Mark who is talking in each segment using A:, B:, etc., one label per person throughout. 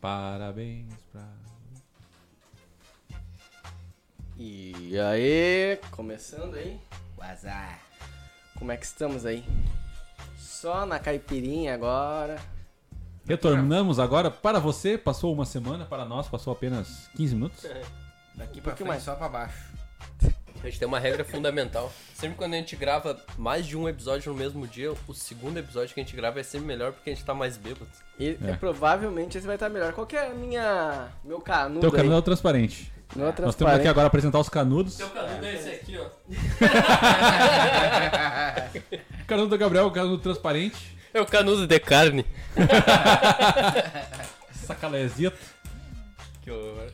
A: Parabéns pra.
B: E aí, começando aí.
C: Wazá.
B: Como é que estamos aí? Só na caipirinha agora.
A: Retornamos agora para você. Passou uma semana, para nós passou apenas 15 minutos.
D: É,
C: Daqui
B: Um
C: pra
B: pouquinho
C: frente,
B: mais.
C: só pra baixo.
D: A gente tem uma regra fundamental. Sempre quando a gente grava mais de um episódio no mesmo dia, o segundo episódio que a gente grava é sempre melhor porque a gente tá mais bêbado.
B: E
A: É.
B: é. provavelmente esse vai estar melhor. Qual que é a minha. Meu canudo
A: Teu
B: aí?
A: canudo é o transparente.
B: Meu é
A: Nós temos aqui
B: transparente.
A: agora apresentar os canudos.
D: canudo é esse aqui, ó.
A: O canudo do Gabriel, o canudo transparente.
D: É o canudo de carne.
A: Sacalézito.
D: Que horror.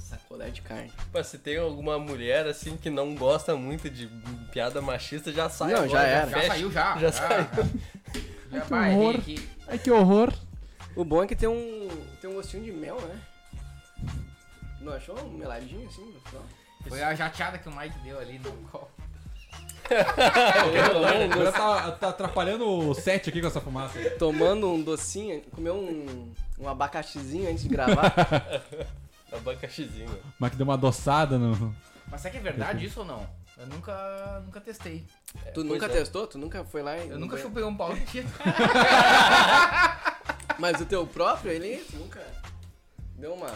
B: Sacolé de carne.
D: Mas se tem alguma mulher assim que não gosta muito de piada machista, já sai
B: Não,
D: agora,
B: já era.
C: Já
D: fecha.
C: saiu já.
D: Já saiu.
C: Já vai,
A: horror.
C: vem aqui.
A: Ai que horror.
B: O bom é que tem um. tem um gostinho de mel, né? Não achou um meladinho assim no final?
C: Foi a jateada que o Mike deu ali no copo.
A: Agora tá, tá atrapalhando o set aqui com essa fumaça.
B: Tomando um docinho, comeu um, um abacaxizinho antes de gravar.
D: Abacaxizinho.
A: Mas que deu uma adoçada no.
C: Mas será que é verdade isso ou não? Eu nunca, nunca testei.
D: É,
B: tu
D: pois
B: nunca
D: é.
B: testou? Tu nunca foi lá e.
C: Eu nunca chupei um pau de
B: Mas o teu próprio, ele nunca. Deu uma.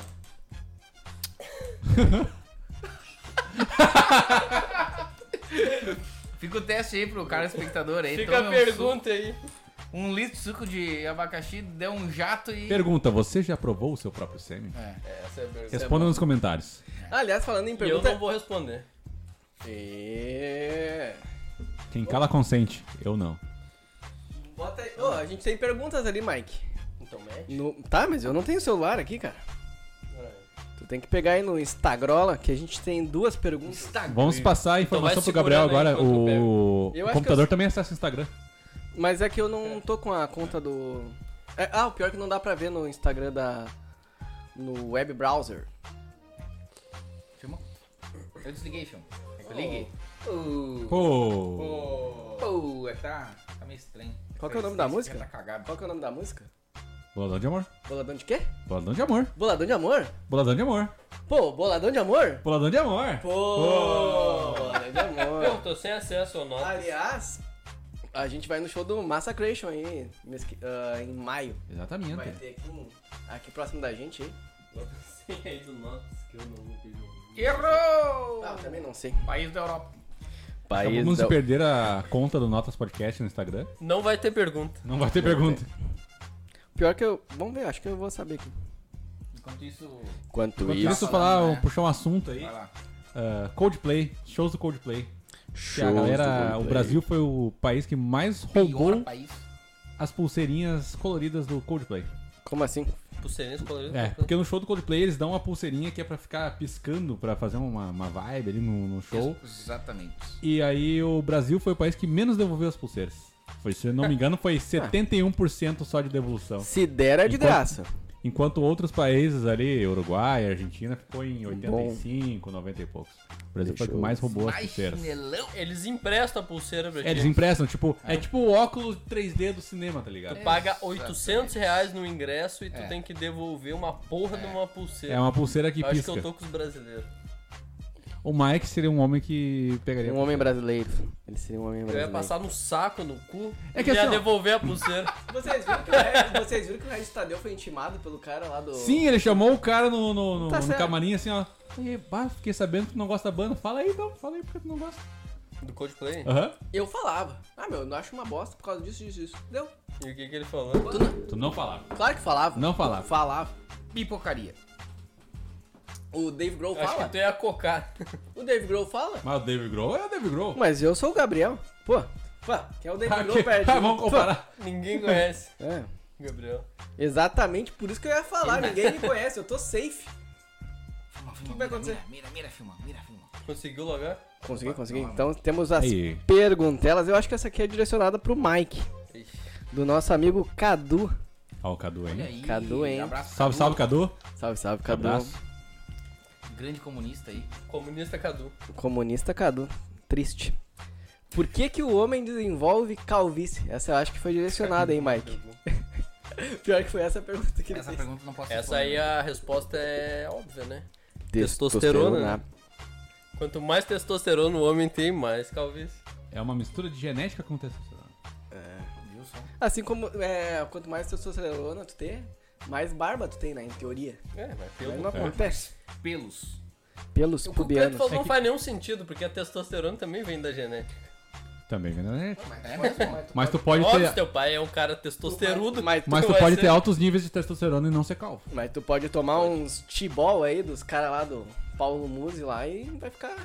C: Fica o teste aí pro cara espectador aí.
D: Fica
C: tome
D: a
C: um
D: pergunta aí.
C: suco- Um, litro de suco de abacaxi, deu um jato e...
A: Pergunta: você já provou o seu próprio sêmen?
C: É.
D: Essa é a pergunta.
A: Responda nos comentários.
B: Ah, Aliás, falando em
D: E eu
B: pergunta.
D: não vou responder.
B: É.
A: Quem cala consente. Eu não.
B: Bota aí. Ô, a gente tem perguntas ali, Mike.
D: Então mete.
B: No- Tá, mas eu não tenho celular aqui, cara.
D: Ah,
B: Tu tem que pegar aí no Instagrola, que a gente tem duas perguntas.
C: Instagram.
A: Vamos passar a
D: Então
A: informação pro
D: vai
A: Gabriel
D: segurando aí
A: agora.
D: enquanto eu pego.
A: O
B: Eu
A: o
B: acho
A: computador
B: que
A: também acessa o Instagram.
B: Mas é que eu não tô com a conta do. É, ah, o pior é que não dá pra ver no Instagram da. no web browser.
C: Filma. Eu desliguei, filma. É
B: Oh.
C: que eu liguei. Uh,
A: Pô.
C: uh, é que tá, tá meio estranho.
B: Qual que é o nome da
C: Esse
B: música?
C: cara Tá cagado.
B: Qual que é o nome da música?
A: Boladão de amor.
B: Boladão de quê?
A: Boladão de amor.
B: Boladão de amor?
A: Boladão de amor.
B: Pô, boladão de amor?
A: Boladão de amor.
B: Pô, boladão de
D: Eu
B: amor.
D: tô sem acesso ao notas.
B: Aliás, a gente vai no show do Massacration aí mês que- ah, em maio. Vai
A: Exatamente.
B: ter aqui, um- aqui próximo da gente aí.
D: Eu tô sem aí do notas que eu não vou pedir.
C: Errou!
B: Ah, eu também não sei.
C: País da Europa.
A: Acabamos
C: então-
A: de perder a conta do Notas Podcast no Instagram.
D: Não vai ter pergunta.
A: Não vai ter pergunta.
B: Pior que eu. Vamos ver, acho que eu vou saber aqui.
C: Enquanto isso,
B: Enquanto
A: Enquanto
B: isso.
A: isso,
C: Falando,
A: falar,
C: né?
A: um- puxar um assunto aí.
C: vai lá.
A: Ah, Coldplay, shows do Coldplay. Que é a galera, o Brasil foi o país que mais
C: Pior
A: roubou
C: país.
A: as pulseirinhas coloridas do Coldplay.
B: Como assim?
D: Pulseirinhas coloridas.
A: É, porque no show do Coldplay eles dão uma pulseirinha que é pra ficar piscando, pra fazer uma, uma vibe ali no, no show.
C: Exatamente.
A: E aí o Brasil foi o país que menos devolveu as pulseiras. Foi, se eu não me engano, foi 71% só de devolução.
B: Se der é de
A: Enquanto-
B: graça.
A: Enquanto outros países ali, Uruguai, Argentina, ficou em 85, 90 e poucos. O Brasil foi o que
B: Deixa
A: mais roubou as
C: Ai,
A: pulseiras.
C: chinelão.
D: Eles emprestam a pulseira pra
A: É, eles
D: ti.
A: emprestam, tipo, é tipo o óculos 3D do cinema, tá ligado?
D: Tu paga 800 reais no ingresso e tu
C: É.
D: tem que devolver uma porra de uma pulseira.
A: É uma pulseira que
D: eu acho que eu
A: pisca.
D: tô com os brasileiros.
A: O Mike seria um homem que pegaria.
B: Um homem brasileiro. Ele seria um homem
D: Eu ia
B: brasileiro.
D: passar no saco, no cu,
A: É que
D: e ia
A: assim, ó.
D: devolver a pulseira.
B: Vocês viram que o Regis, vocês viram que o Regis Tadeu foi intimado pelo cara lá do.
A: Sim, ele chamou o cara no, no, no-
B: Tá
A: no
B: certo.
A: camarim assim, ó. E, bah, fiquei sabendo que tu não gosta da banda. Fala aí então, fala aí porque tu não gosta.
D: Do Coldplay?
A: Aham.
B: Eu falava. Ah, meu, eu não acho uma bosta por causa disso, disso, disso. Deu.
D: E o que que ele falou?
B: Tu não-
A: Tu não falava.
B: Claro que falava.
A: Não falava.
B: Falava.
C: Pipocaria.
B: O Dave Grohl
D: Acho
B: fala.
D: que tu é ia cocar.
B: O Dave Grohl fala.
A: Mas o David Grohl é o David Grohl.
B: Mas eu sou o Gabriel. Pô. Pô, quem é o Dave Grohl né? perto?
A: Ah, vamos comparar.
D: Ninguém conhece,
B: É.
D: Gabriel.
B: Exatamente por isso que eu ia falar. Ninguém me conhece, eu tô safe.
C: Filma, filma,
B: vai
C: mira,
B: acontecer?
C: Mira, mira, mira, filma, mira, filma.
D: Conseguiu logar?
B: Consegui, consegui. Então temos as
A: Aí.
B: perguntelas. Eu acho que essa aqui é direcionada pro Mike,
D: Ixi.
B: do nosso amigo Cadu.
A: Ó, o Cadu,
C: Olha
A: hein?
C: aí.
D: Tá
B: Cadu, hein?
C: Abraço.
A: Salve,
C: Cadu,
A: salve, Cadu.
B: Salve, salve, Cadu.
A: Abraço.
C: Grande comunista aí.
D: Comunista Cadu.
B: O comunista Cadu. Triste. Por que que o homem desenvolve calvície? Essa eu acho que foi direcionada, hein, Mike? Pior que foi essa a pergunta que ele
C: Essa
B: fez.
C: pergunta não posso
D: Essa aí a resposta é óbvia, né?
B: Testosterona.
D: Quanto mais testosterona o homem tem, mais calvície.
A: É uma mistura de genética com testosterona.
C: Viu só?
B: Assim como, é, quanto mais testosterona tu tem, mais barba tu tem, né? Em teoria.
D: É, mas pelo
B: Mas não acontece.
D: é
C: Pelos.
B: Pelos
D: O que o Cleto
B: pubianos.
D: falou
A: É
D: não
A: que-
D: faz nenhum sentido, porque a testosterona também vem da genética.
A: Também vem da genética.
C: É mesmo?
A: Mas tu pode
D: Óbvio,
A: ter.
D: teu pai é um cara testosterudo.
B: Mas tu,
A: Mas tu
D: vai
A: pode
D: ser-
A: ter altos níveis de testosterona e não ser calvo.
B: mas tu pode tomar uns t-ball aí dos caras lá do Paulo Musi lá e vai ficar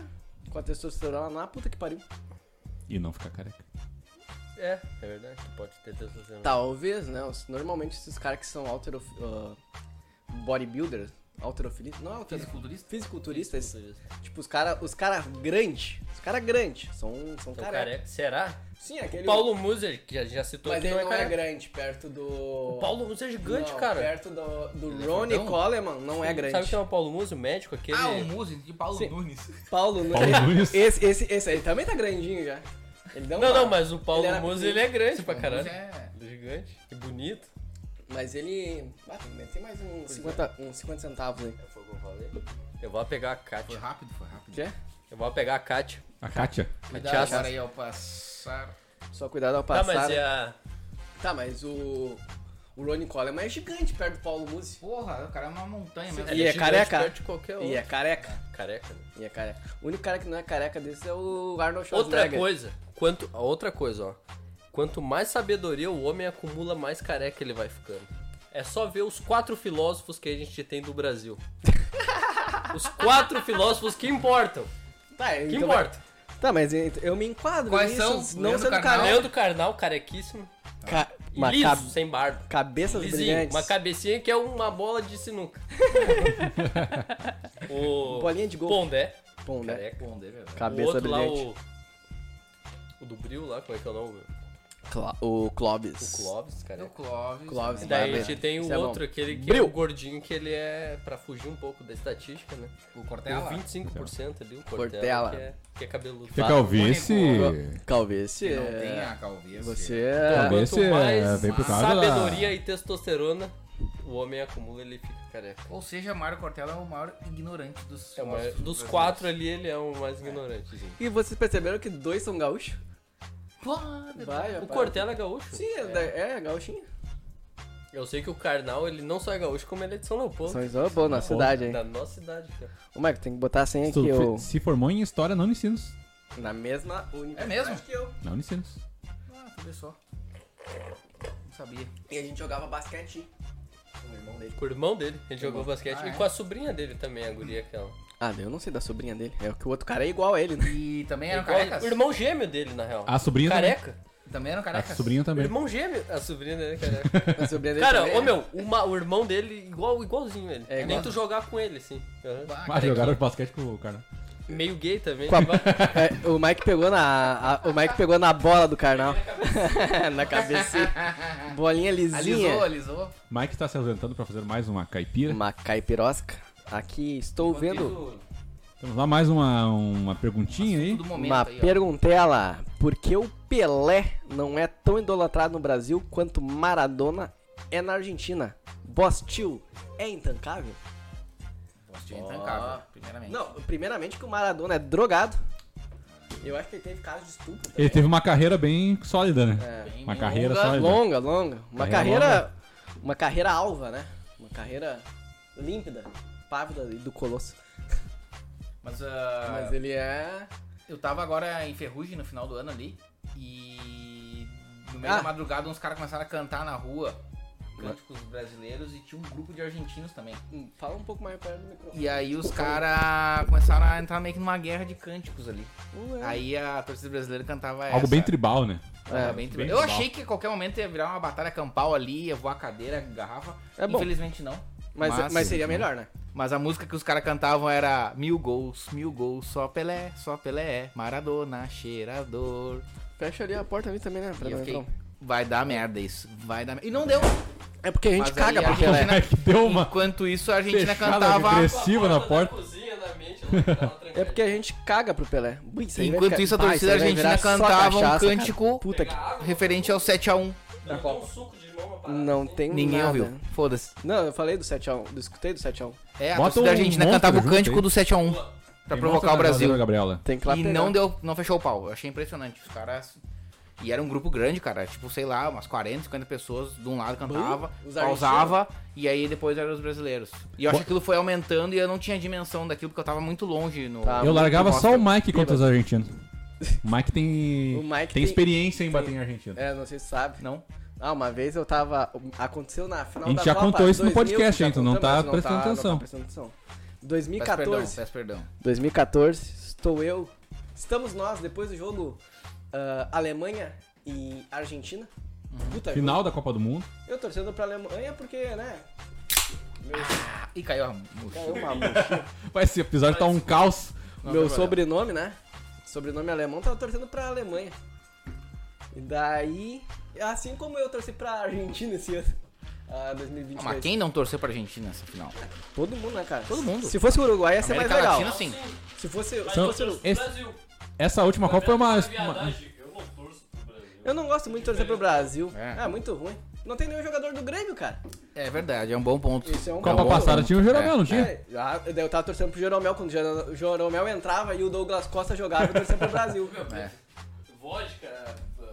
B: com a testosterona na puta que pariu.
A: E não ficar careca.
D: É, é verdade, tu pode ter testosterona.
B: Talvez, né? os- Normalmente esses caras que são alterof... ah, bodybuilders, alterofilistas, não é altero...
C: Fisiculturista?
B: fisiculturistas, tipo os caras os cara grandes, os caras grandes, são, são
D: Então,
B: careca.
D: careca. Será?
B: Sim, aquele...
D: Paulo Muser, que já, já citou
B: Mas
D: aqui,
B: ele
D: não é
B: não é
D: careca.
B: grande, perto do...
D: O Paulo Muser é gigante,
B: não,
D: cara.
B: perto do, do
C: Ele é
B: Ronnie
C: fortão?
B: Coleman, não é grande.
D: Sabe quem é o Paulo Muser? O médico aquele.
C: Ah, o Muzi de Paulo
B: Sim.
C: Nunes.
B: Paulo Nunes.
A: Paulo Nunes.
B: Esse, esse, esse aí também tá grandinho já. Ele deu
D: Não,
B: uma-
D: não, mas o Paulo
B: Ele era
D: Muser,
B: pequeno.
D: ele é grande pra caralho.
C: Muzi é-
D: Ele é gigante, que bonito.
B: Mas ele... Ah, tem que meter mais uns 50, uns 50 centavos aí.
D: Foi o que eu falei. Eu vou pegar a
C: Foi
D: Kátia.
C: rápido, foi rápido.
B: Quer?
D: Eu vou pegar a Kátia.
A: A Kátia.
C: Cuidado
D: Cachaça.
C: agora aí ao passar.
B: Só cuidado ao
D: Tá,
B: passar.
D: mas e a...
B: Tá, mas o. O Ronnie Coleman é gigante perto do Paulo Musi.
C: Porra, o cara é uma montanha mesmo.
B: E é
D: gigante
B: careca?
D: perto de qualquer outro.
B: E é careca.
D: Careca, né?
B: E é careca. O único cara que não é careca desse é o Arnold Schwarzenegger.
D: Outra coisa, quanto, a outra coisa, ó. Quanto mais sabedoria o homem acumula, mais careca ele vai ficando. É só ver os quatro filósofos que a gente tem do Brasil. os quatro filósofos que importam.
B: Tá,
D: Que
B: então-
D: importam.
B: Tá, mas eu eu me enquadro
C: Quais
B: nisso,
C: são?
B: Não
C: Leandro
B: sendo
C: Carnal?
B: careca.
D: Leandro Carnal, carequíssimo.
B: Ca...
D: e
B: Uma
D: liso,
B: cab-
D: sem barba.
B: Cabeças
D: Lisinho,
B: brilhantes.
D: uma cabecinha que é uma bola de sinuca. o
B: Bolinha de golfe.
D: Pondé.
B: Bom, né?
D: Careca.
C: Bom, deve-
D: o
B: Cabeça
D: outro lá,
B: brilhante.
D: o... O do Bril lá, como é que é o nome?
B: Cla- o... Clóvis.
D: O Clóvis,
C: O
D: careca.
C: Clóvis.
B: Clóvis
D: E
C: né?
D: daí a
B: Barbeiro.
D: gente tem o
B: Isso é bom.
D: outro, aquele que
B: Bril.
D: é o gordinho, que ele é, pra fugir um pouco da estatística, né?
C: O
D: Tem
C: Cortella.
D: 25% ali, o
B: Cortella.
D: Cortella, que é, que é cabeludo.
A: Que
B: Fala.
A: calvície.
B: Calvície.
C: Não tem
B: é-
C: a calvície.
B: Você
A: Tá
B: é.
A: bem.
D: Quanto
A: Esse é-
D: mais
A: vem por causa da-
D: sabedoria e testosterona o homem acumula, ele fica careca.
C: Ou seja, Mário Cortella é o maior ignorante dos
D: É o maior-
C: filósofos
D: dos
C: brasileiros.
D: quatro ali, ele é o mais ignorante.
B: E vocês perceberam que dois são gaúchos?
C: Pô,
B: Vai,
D: O
B: rapaz.
D: Cortella é gaúcho?
B: Sim, é, da- é gaúchinho.
D: Eu sei que o Karnal, ele não só é gaúcho, como ele é de São Leopoldo. É
B: São Isobô na cidade, hein?
D: Da nossa cidade, cara.
B: Ô, Marco, tem que botar a senha
A: Se
B: aqui,
A: tu
B: eu...
A: fe- se formou em história, não em ensinos.
B: Na mesma única.
C: É mesmo?
B: que eu.
A: Não em ensinos.
C: Ah, tu vê só. Não sabia.
B: E a gente jogava basquete. Com o irmão dele.
D: Com o irmão dele, ele jogou basquete.
C: Ah,
D: e
C: é?
D: com a sobrinha dele também, a guria aquela.
B: Ah, eu não sei da sobrinha dele. É que o outro cara é igual a ele, né?
C: E também eram
D: Igual-
C: carecas.
D: O irmão gêmeo dele, na real.
A: A né? sobrinha
D: Careca.
C: Também eram
A: também.
C: carecas.
A: A sobrinha também.
D: Irmão gêmeo. A sobrinha dele, careca.
B: A sobrinha dele
D: Cara,
B: também
D: ô
B: é.
D: meu, uma- o irmão dele igual, igualzinho ele.
B: É
D: É,
B: igual.
D: Nem tu jogar com ele, assim. Aham.
C: Bah,
A: Ah,
C: careca.
A: jogaram basquete com o cara.
D: Meio gay também.
B: Com a-
D: Vai.
B: É, o Mike pegou na. a- o Mike pegou na bola do carnal. na cabecinha. Bolinha lisinha.
C: Alisou, alisou.
A: Mike tá se ausentando pra fazer mais uma caipira.
B: Uma caipirosca. Aqui estou vendo
A: Vamos lá, mais uma, uma perguntinha aí.
C: Todo momento
B: uma
C: aí, ó.
B: perguntela. Por que o Pelé não é tão idolatrado no Brasil quanto Maradona é na Argentina? Bostil é intancável?
C: Postinha intancável, primeiramente.
B: Não, primeiramente que o Maradona é drogado. Eu acho que ele teve caso de estupro.
A: Ele teve uma carreira bem sólida, né?
B: É.
C: Bem
A: Uma
C: longa,
A: carreira
B: Longa,
A: sólida.
B: longa, longa. Uma
A: Carreira
B: carreira, uma carreira alva, né? Uma carreira límpida, pávida e do colosso.
C: Mas, ah,
B: Mas ele é
C: eu tava agora em Ferrugem no final do ano ali. E no meio
B: Ah.
C: da madrugada uns caras começaram a cantar na rua. Cânticos brasileiros e tinha um grupo de argentinos também.
B: Hum, Fala um pouco mais perto do microfone.
C: E aí os caras começaram a entrar meio que numa guerra de cânticos ali.
B: Ué.
C: Aí a torcida brasileira cantava
A: Algo
C: essa.
A: bem tribal, né?
C: Tava
B: É,
C: bem tri-
A: bem
C: Eu
A: tribal.
C: achei que a qualquer momento ia virar uma batalha campal ali, ia voar cadeira, garrafa.
B: É bom.
C: Infelizmente não.
B: Mas, mas, seria melhor, né?
C: Mas a música que os caras cantavam era Mil gols, mil gols, só Pelé, só Pelé, Maradona, cheirador.
B: Fecha ali a porta ali também, né? Pra
C: E eu
B: não
C: fiquei,
B: entrar um-
C: vai dar merda isso, vai dar merda. E não deu.
B: É porque a gente
C: Mas
B: caga
C: aí
B: pra
C: a
B: Pelé.
C: Argentina-
A: é Que deu uma
C: Enquanto isso, a Argentina
A: fechada
C: cantava. Tá
A: agressiva na porta.
D: cozinha, na mente, ela tá lá
B: É
D: trancada.
B: porque a gente caga pro Pelé. Ui, isso aí vai
C: Enquanto
B: ficar-
C: isso, a
B: Bah,
C: torcida
B: aí vai virar
C: argentina
B: só
C: cantava um
B: cachaça, cara.
C: cântico
B: Puta que...
C: referente ao 7x1.
D: Botou um suco de limão uma parada?
B: Não tem
C: Ninguém
B: nada.
C: ouviu. Foda-se.
B: Não, eu falei do 7x1. Eu escutei do 7x1.
C: É, a
A: Bota
C: torcida da
A: um
C: Argentina
A: monstro
C: cantava o
A: junto
C: cântico
A: aí.
C: do 7x1 pra provocar o Brasil.
A: né, Gabriela.
B: Tem que lá
C: E
B: pegar.
C: não deu, não fechou o pau. Eu achei impressionante. Os caras. E era um grupo grande, cara. Tipo, sei lá, umas 40, 50 pessoas de um lado cantava,
B: os
C: pausava, e aí depois eram os brasileiros. E eu acho que aquilo foi aumentando e eu não tinha dimensão daquilo, porque eu tava muito longe no.
B: Tá.
C: no
A: Eu largava só
C: roster.
A: o Mike contra os argentinos. O Mike tem.
B: O Mike
A: tem
B: tem-
A: experiência em bater em argentino.
B: É, não sei se sabe.
C: Não.
B: Ah, uma vez eu tava. Aconteceu na final
A: A gente
B: da
A: já
B: Copa
A: contou isso no
B: 2000,
A: podcast,
B: já
A: hein, tu não
B: contamos,
A: tá
B: mas
A: prestando atenção.
B: Não tá prestando atenção.
C: Peço
B: 2014.
C: perdão, peço perdão.
B: 2014, estou eu. Estamos nós depois do jogo ah, Alemanha e Argentina. Puta,
A: Uhum. Final da Copa do Mundo.
B: eu- eu torcendo pra Alemanha porque, né? Meu,
C: Ah, e caiu a mochila.
B: caiu uma mochila.
A: Vai, esse episódio tá um caos.
C: Não,
B: meu
C: não vai dar.
B: sobrenome, né? Sobrenome alemão, tava torcendo pra Alemanha. E daí, assim como eu torci pra Argentina esse ano, ah,
C: Ah,
B: 2022.
C: Mas quem não torceu pra Argentina nessa final?
B: Todo mundo, né, cara?
C: Todo mundo.
B: Se fosse o Uruguai, ia ser é mais
C: América
B: legal.
C: Latina, sim.
B: Se fosse, se
A: São-
B: fosse o...
A: esse-
D: Brasil.
A: Essa última Copa foi uma. uma-
D: Eu não torço pro Brasil.
B: Eu não gosto muito de torcer pro Brasil.
C: É.
B: É. muito ruim. Não tem nenhum jogador do Grêmio, cara.
C: É verdade, é um bom ponto.
B: Isso é um
A: Copa
B: bom
A: passada
C: ponto.
A: tinha o Jeromel, né?
C: É,
A: não tinha?
B: É, já- daí eu tava torcendo pro Jeromel, quando o Jero- o Jeromel entrava e o Douglas Costa jogava, eu torcia pro Brasil.
C: É.
D: Vodka, ah,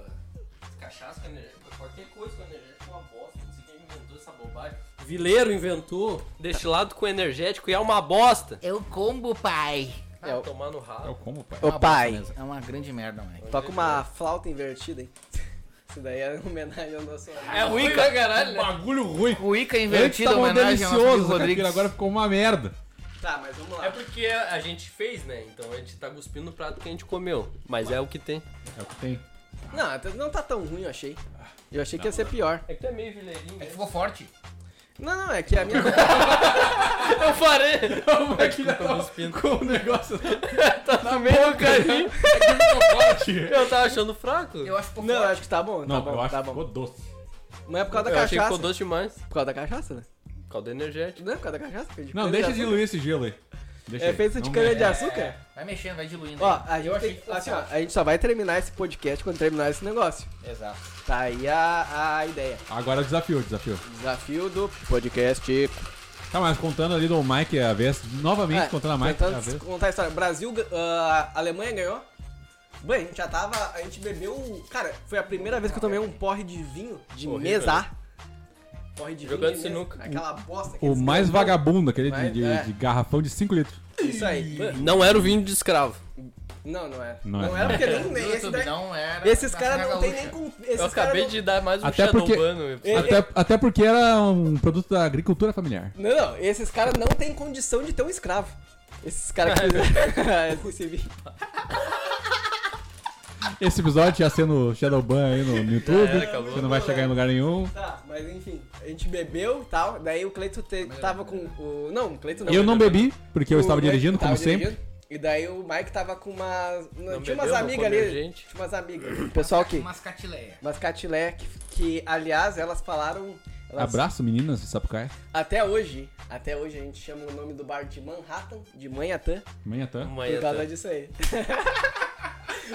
D: cachaça com energético, qualquer coisa com energético é uma bosta. Não sei quem inventou essa bobagem. Vileiro inventou destilado com energético e é uma bosta.
C: É o combo, pai.
D: Ah,
B: É, o-
D: tomar no rabo.
A: Eu como, pai.
B: Ô
C: Uma bosta
B: pai,
C: mesmo, É uma grande merda, moleque.
B: toca uma flauta invertida, hein? Isso daí é uma homenagem ao nosso amigo.
D: É ruim pra caralho, né?
A: Bagulho ruim.
C: O Ica
A: Antes
C: invertido,
A: tava um
C: homenagem ao nosso amigo
A: delicioso,
C: Rodrigues.
A: aquilo agora ficou uma merda.
B: Tá, mas vamos lá.
D: É porque a gente fez, né? Então a gente tá cuspindo no prato que a gente comeu. Mas é o que tem.
A: É o que tem.
B: Não, até- não tá tão ruim, eu achei. Eu achei que ia ser pior.
D: É que tu é meio vileirinho.
C: É que Ficou forte.
B: Não, não, é que a minha...
D: Eu parei!
A: É tá Com o negócio
D: tá meio carinho.
A: forte.
D: Eu tava achando fraco.
C: Eu acho que ficou
B: Não, eu
C: forte.
B: acho que tá bom, tá
A: Não,
B: bom,
A: eu acho
B: tá
A: que
B: bom.
A: ficou doce.
B: Mas é por causa da
D: Eu achei que
B: cachaça.
D: ficou doce demais.
B: Por causa da cachaça, né?
D: Caldo energético.
B: Não é por causa da cachaça? que
A: Não,
B: cana
A: deixa
B: açúcar.
A: de diluir esse gelo aí. Deixa
B: É
A: aí.
B: feito de
A: Não
B: cana de
A: é.
B: açúcar?
C: Vai mexendo, vai diluindo.
B: Ó,
C: aí.
B: a gente, tem-
C: ficou
B: assim, ó,
C: forte.
B: a gente só vai terminar esse podcast quando terminar esse negócio.
C: Exato.
B: Tá aí a, a ideia.
A: Agora o desafio, o desafio.
B: Desafio do podcast.
A: Tá, mas contando ali do Mike a vez, novamente
B: É,
A: contando a Mike
B: tentando
A: a vez.
B: contar a história. Brasil, ah, Alemanha ganhou. Bem, a gente já tava. A gente bebeu. um, Cara, foi a primeira vez que eu tomei um porre de vinho de
D: Horrível, né?
B: mesa. Porre de
D: Jogando
B: vinho. de mesa.
D: sinuca.
B: Aquela bosta que
A: O
B: eles
A: mais
B: ganham.
A: vagabundo, aquele de,
B: Mas,
A: de-
B: é.
A: de garrafão de 5 litros.
B: Isso aí.
D: Não era o vinho de escravo.
B: Não, não é.
A: Não
B: Não,
A: é.
B: era porque nem, nem
C: YouTube
B: esse daí-
C: não era
B: Esses
C: da
B: caras
C: Serra
B: não tem
C: Gaúcha.
B: nem com.
D: eu
B: Esses caras
D: acabei
B: não...
D: de dar mais um
A: Até
D: Shadow
A: porque-
D: Ban no episódio.
A: Até, até porque era um produto da agricultura familiar.
B: Não, não, esses caras não tem condição de ter um escravo. Esses caras que É fizeram esse vídeo.
A: Esse episódio já sendo Shadowban aí no, no YouTube,
D: era,
B: É,
D: acabou.
A: você não vai chegar em lugar nenhum.
B: Tá, mas enfim, a gente bebeu e tal. Daí o Cleito te- tava com o. Não, o Cleito não.
A: Eu não bebi, porque eu
B: O
A: estava
B: Mike
A: dirigindo,
B: tava
A: como sempre.
B: dirigindo, E daí o Mike tava com umas. tinha
D: Não bebeu,
B: umas
D: não
B: amigas
D: comeu
B: ali.
D: gente.
B: Tinha umas amigas. O pessoal que.
C: Umas catileias.
B: Umas catilé que, que, aliás, elas falaram. elas-
A: Abraço, meninas de Sapucaia.
B: Até hoje, até hoje a gente chama o nome do bar de Manhattan, de Manhattan.
A: Amanhã tá.
D: Amanhã
B: Por causa
D: tá.
B: disso aí.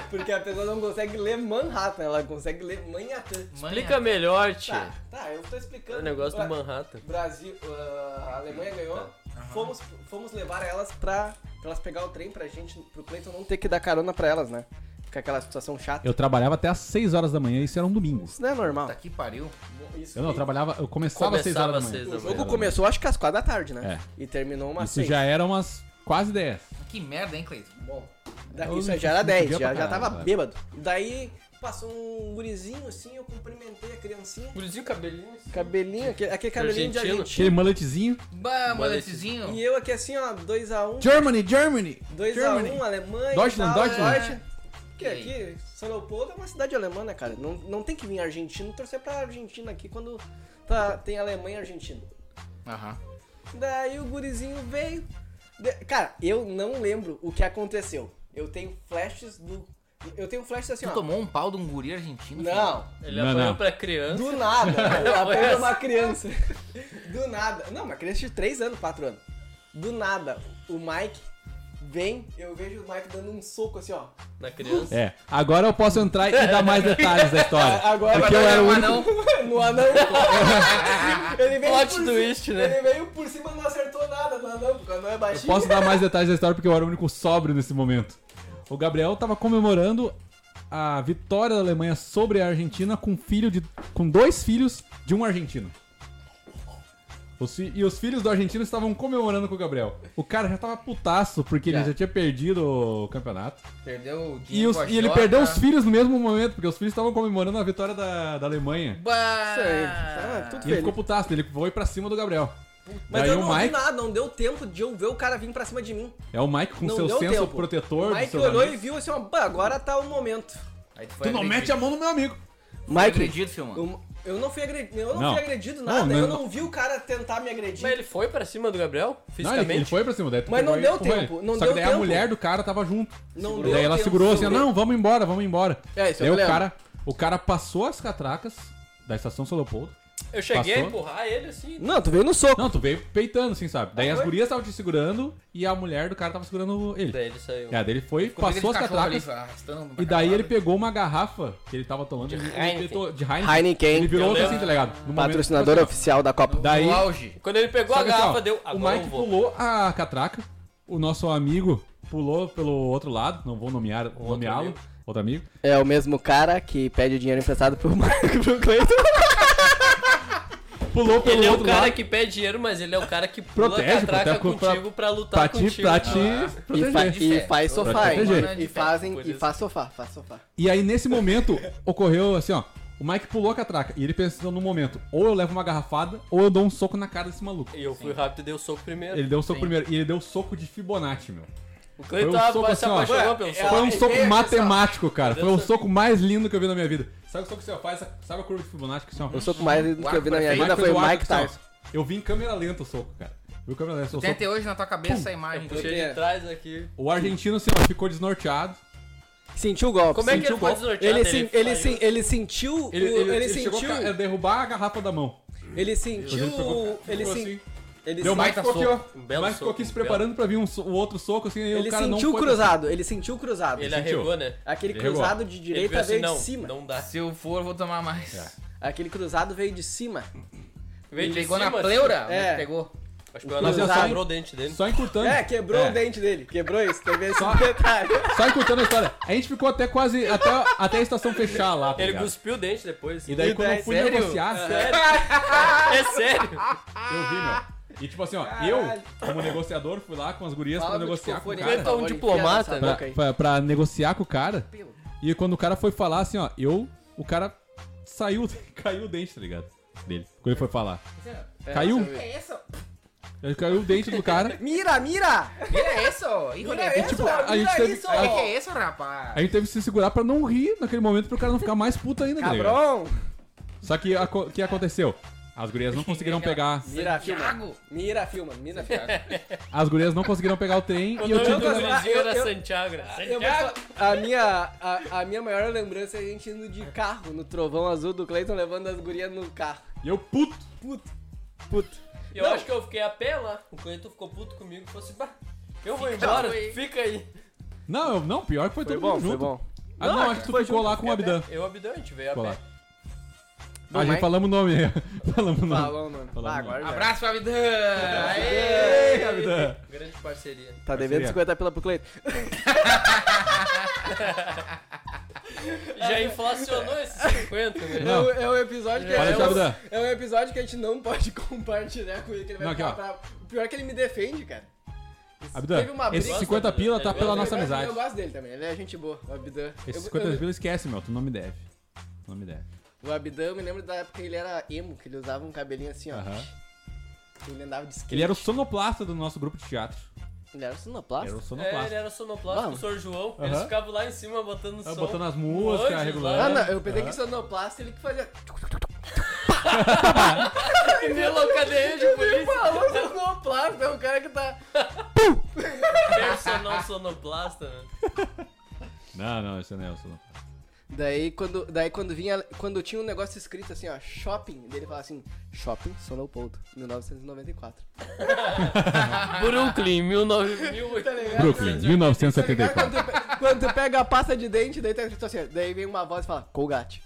B: Porque a pessoa não consegue ler Manhattan, ela consegue ler Manhattan.
D: Explica melhor, tio. É
B: Tá, tá, eu tô explicando.
D: O negócio
B: Bra-
D: do Manhattan.
B: Brasil, ah, a Alemanha ganhou. Fomos, fomos levar elas pra, pra elas pegar o trem pra gente, pro Cleiton não ter que dar carona pra elas, né? Fica aquela situação chata.
A: Eu trabalhava até às 6 horas da manhã, isso era um domingo.
B: Isso não é normal.
C: Puta que pariu.
B: Isso
A: Eu não, eu
B: que-
A: trabalhava, eu começava às 6
D: Começava
A: horas da
D: às
A: manhã.
D: seis
B: O
D: da
B: jogo
D: manhã.
B: começou acho que às quatro da tarde, né? E terminou umas
A: É. Isso
B: seis.
A: já era umas quase 10.
C: Que merda, hein, Cleiton?
B: Bom, da-
A: Eu
B: isso
A: não
B: já era
A: não
B: 10,
A: podia pra
B: já, já
A: caralho, né?
B: tava
A: cara.
B: bêbado. Daí passou um gurizinho assim, eu cumprimentei a criancinha.
D: Gurizinho cabelinho.
B: Cabelinho, aquele, aquele cabelinho
D: Argentino.
B: de
A: Aquele
B: argentino.
A: moletezinho.
D: moletezinho.
C: Bah, moletezinho.
B: E eu aqui assim, ó, 2x1.
A: Germany, Germany!
B: 2x1, Alemanha. e
A: Deutschland,
B: tal,
A: Deutschland.
B: Que aqui, São Leopoldo é uma cidade alemã, né, cara? Não, não tem que vir argentino torcer pra Argentina aqui quando tá, tem Alemanha e Argentina.
C: Aham.
B: Assim, Daí o gurizinho veio. De- Cara, eu não lembro o que aconteceu. Eu tenho flashes do. Eu tenho flashes assim,
C: Tu
B: ó.
C: tomou um pau de um guri argentino? filho?
B: Não,
D: Ele
A: Não,
D: apanhou
A: não.
D: pra criança.
B: do nada. Eu
D: Foi
B: apanhei
D: essa?
B: uma criança. Do nada. Não, uma criança de 3 anos, 4 anos. Do nada, o Mike vem, eu vejo o Mike dando um soco assim, ó.
D: na criança.
A: É, agora eu posso entrar e dar mais detalhes da história.
B: Agora-
A: É. porque eu era o
C: Mas
A: único...
C: não,
B: no anão. ele veio
D: Plot
B: por
D: twist,
B: cima,
D: né?
B: Ele veio por cima e não acertou nada no anão, porque o anão é baixinho.
A: Posso dar mais detalhes da história porque eu era o único sóbrio nesse momento. O Gabriel tava comemorando a vitória da Alemanha sobre a Argentina com um filho de com dois filhos de um argentino. Os fi- e os filhos do argentino estavam comemorando com o Gabriel. O cara já tava putaço porque
C: Já.
A: ele já tinha perdido o campeonato.
C: Perdeu o
A: E,
C: Diego
A: os- e ele
C: Costa.
A: perdeu os filhos no mesmo momento, porque os filhos estavam comemorando a vitória da, da Alemanha.
C: Bah!
B: Isso aí. Tá, tudo
A: E ele
B: feliz.
A: ficou putaço, ele foi pra cima do Gabriel.
B: Mas
A: é Daí
B: eu
A: o
B: não vi
A: Mike-
B: nada, não deu tempo de eu ver o cara vir pra cima de mim.
A: É o Mike com
B: não
A: seu
B: deu
A: senso
B: tempo.
A: protetor.
B: O
A: do
B: Mike
A: seu
B: olhou
A: amigo.
B: e viu assim, ó, "Bah, agora tá o momento.
C: Aí
A: Tu não mete a mão no meu amigo.
C: Foi
B: Mike,
C: agredido, filmão.
B: eu, eu não fui agredido, eu não,
A: Não.
B: fui agredido
A: Não,
B: nada, eu
A: não-
B: não vi o cara tentar me agredir.
D: Mas ele foi pra cima do Gabriel,
A: Não, ele, ele
D: fisicamente?
A: foi pra cima, daí tu
B: Mas não
A: pegou e
B: deu
A: empurrou ele.
B: tempo, não
A: Só
B: deu
A: que daí a
B: tempo.
A: mulher do cara tava junto.
B: Não
A: E
B: deu
A: daí ela
B: tempo,
A: segurou assim,
B: segurou.
A: não, vamos embora, vamos embora.
B: É, isso eu
A: daí o
B: lembro.
A: cara, o cara passou as catracas da estação São Leopoldo.
D: Eu cheguei a
A: Passou.
D: empurrar ele assim.
B: Não, tu veio no soco.
A: Não, tu veio peitando, assim, sabe? Daí as gurias estavam te segurando e a mulher do cara tava segurando ele.
D: Daí ele saiu.
A: É, daí ele foi,
C: Ficou
A: passou as
C: briga de cachorro
A: catracas.
C: ali, arrastando uma
A: E daí ele
C: cacada.
A: pegou uma garrafa que ele tava tomando de
D: né? Heineken.
A: de Heineken.
B: Heineken.
A: Ele virou
D: Eu
A: outro
D: lembro.
A: assim, tá ligado? No
B: Patrocinador
A: momento,
B: oficial da Copa.
A: Daí-
C: No auge.
D: Quando ele pegou
A: Só
D: a
A: que assim, ó,
D: garrafa, deu. Agora
A: o Mike
D: eu vou.
A: pulou a catraca, o nosso amigo pulou pelo outro lado, não vou nomear, nomeá-lo,
D: amigo.
A: outro amigo.
B: É o mesmo cara que pede o dinheiro emprestado pro Mike pro Cleiton.
A: Pulou pelo
D: Ele é o
A: outro
D: cara
A: lado
D: que pede dinheiro, mas ele é o cara que pula
A: Protege,
D: catraca
A: protege, pra-
D: contigo pra
A: pra
D: lutar
A: te,
D: contigo.
A: pra te
B: E, fa-
A: proteger.
B: e faz
C: Pra
B: sofá, hein?
A: proteger.
B: E fazem,
D: Por
B: e
D: isso.
B: faz sofá, faz sofá.
A: E aí, nesse momento, ocorreu assim, ó. O Mike pulou a catraca e ele pensou no momento, ou eu levo uma garrafada, ou eu dou um soco na cara desse maluco.
D: E eu fui rápido e dei o soco primeiro.
A: Ele deu um soco primeiro, e ele deu um soco de Fibonacci, meu.
D: O
A: Foi
D: Cleiton
A: um
D: ah,
A: soco
D: se
A: assim, ó.
D: apaixonou pelo soco.
A: Foi um
B: Ai,
A: soco
B: veja
A: matemático, cara. Foi um
D: Deus.
A: soco mais lindo que eu vi na minha vida. Sabe o soco que você faz? Sabe a curva de Fibonacci que você
B: O soco mais lindo que eu vi na minha
C: Mike
B: vida
A: Michael
B: foi o
A: Eduardo,
B: Mike
A: assim, ó.
B: Tyson.
A: Eu vi em câmera lenta o soco, cara. Viu em câmera lenta o
C: Tem
A: soco.
C: até hoje na tua cabeça a imagem.
D: Eu puxei de trás aqui.
A: O argentino assim, ó, ficou desnorteado.
B: Sentiu o golpe.
D: Como é
B: sentiu
D: que ele
B: o
D: foi
B: golpe.
D: desnorteado?
B: Ele, sen- ele,
D: saiu.
B: sen- ele sentiu. o-
A: Ele, ele, ele chegou
B: sentiu.
A: a ca- a derrubar a garrafa da mão.
B: Ele sentiu.
A: Ele pegou-
B: Ele
A: ficou
B: sen- ele
A: assim. Deu
B: sen-
A: mais
C: baita
A: ficou aqui,
C: soco.
A: ó.
D: Um belo
A: mais ficou
D: soco,
A: aqui se
D: um belo.
A: preparando pra vir um, so- o outro soco, assim, e
B: Ele
A: o cara
B: sentiu
A: não
B: o
A: foi
B: cruzado, ele sentiu o cruzado.
D: Ele arregou, né?
B: Aquele
A: Ele arregou.
B: cruzado de
D: Ele
B: direita
D: assim,
B: veio
D: não,
B: de cima.
D: Não dá.
C: Se eu for, eu vou tomar mais.
B: É. Aquele cruzado veio de cima.
D: Veio de
C: Pegou na
D: cima,
C: pleura?
D: assim.
B: É.
C: mas Pegou.
D: Acho que o
A: Mas
D: Alan
A: eu só-
D: quebrou o dente dele.
A: Só encurtando.
B: É, quebrou
A: É.
B: o dente dele. Quebrou isso, teve esse
A: Só-
B: detalhe.
A: Só encurtando a história. A gente ficou até quase. Até, até a estação fechar lá. Tá
D: Ele
A: ligado?
D: cuspiu o dente depois.
A: E daí, quando eu
B: daí,
A: fui
C: sério?
A: negociar,
D: É sério.
A: eu vi,
C: Ah,
A: meu. E tipo assim, ó, eu, como negociador, fui lá com as gurias pra
C: Fala
B: tipo,
C: no
A: negociar com o
C: microfone,
A: cara.
D: Cleiton é um diplomata,
A: pra,
D: né?
B: né?
A: pra- pra negociar com o cara. E quando o cara foi falar assim, ó, eu. O cara saiu, caiu o dente, tá ligado? Dele. Quando ele foi falar. caiu.
C: é isso?
A: Ele caiu o dente do cara.
B: Mira, mira!
C: Que é isso? Hijo
B: Mira
C: de
B: isso,
A: tipo, a
B: mira
A: gente teve-
B: isso!
A: a
C: Que é isso, rapaz?
A: A gente teve que se segurar pra não rir naquele momento pro cara não ficar mais puto ainda, tá ligado?
B: Cabrão!
A: Só que aco- o que aconteceu? As gurias não conseguiram pegar.
B: Mira, filma.
C: Santiago.
B: Mira, filma, mira, filma.
A: As gurias não conseguiram pegar o trem e eu
D: O nome
A: tive
D: do
A: que levar.
D: gurizinho
B: eu-
D: era
B: eu-
D: Santiago.
B: Eu vou
D: Santiago.
B: falar- a, minha, a, a minha maior lembrança é a gente indo de carro no trovão azul do Cleiton levando as gurias no carro.
A: E eu puto.
B: Puto, puto.
D: Eu
B: Não.
D: acho que eu fiquei a pé lá. O Cleiton ficou puto comigo e falou assim: bah, eu vou embora,
C: aí."
D: fica aí.
A: Não, eu- não, pior que foi,
B: Foi
A: todo
B: bom,
A: mundo
B: foi
A: junto.
B: bom.
A: Ah, não, acho que tu ficou lá com o Abdan.
D: Eu abdão, a gente veio a
A: Ficou lá.
D: pé.
B: Do
A: A gente
B: Mike.
A: falamos o nome aí. Falamos o nome.
B: É, Falou, mano.
A: Falou,
B: Ah,
A: mano.
B: agora já.
C: Abraço pra vida! Aê!
A: Ei, Abdan.
D: Grande parceria.
B: Tá devendo
A: Parceria.
B: 50 pila pro Cleiton.
D: Já inflacionou esses 50, né?
A: Não.
B: É, o- é um episódio que
A: Fala,
B: é, um-
A: Xabda.
B: é um episódio que a gente não pode compartilhar com ele, que ele vai
A: Não, aqui,
B: ficar
A: ó.
B: bravo. O pior é que ele me defende, cara.
A: Abdan,
B: Teve uma
A: esse
B: briga-
A: 50 pila tá
D: Eu
A: pela nossa
D: gosto,
B: eu, gosto-
A: amizade.
B: Eu gosto dele também, ele é gente boa, o Abdan.
A: Esse
B: Eu-
A: 50
B: eu-
A: pila esquece, meu. Tu não me deve. Tu não me deve.
B: O Abdan, eu me lembro da época que ele era emo, que ele usava um cabelinho assim, ó.
A: Aham.
B: Ele andava de skate.
A: Ele era o sonoplasta do nosso grupo de teatro.
B: Ele era sonoplasta.
A: Era o
D: É, ele
A: sonoplasta.
D: era sonoplasta, o
B: Vamos.
D: Sr. João. Eles
A: Aham. Ah,
D: ficavam lá em cima botando som.
A: botando as
D: Anjos
A: músicas,
D: lá.
A: regulando.
B: Ah, não, eu pensei que sonoplasta ele que fazia.
D: E veio lá o cadeia de
B: Ele
D: polícia.
B: falou sonoplasta, é o cara que tá.
A: Ah,
D: Personal sonoplasta, né?
A: Não, não, esse não é o sonoplasta.
B: Daí quando, daí quando vinha, quando tinha um negócio escrito assim, ó, shopping, dele falava assim, shopping São Leopoldo, 1994.
D: Brooklyn, 19 mil-
B: Tá é
A: Brooklyn,
B: Cara,
A: 1974.
B: Tá quando, tu pe- quando tu pega a pasta de dente, daí tá escrito assim, ó, daí vem uma voz e fala, Colgate.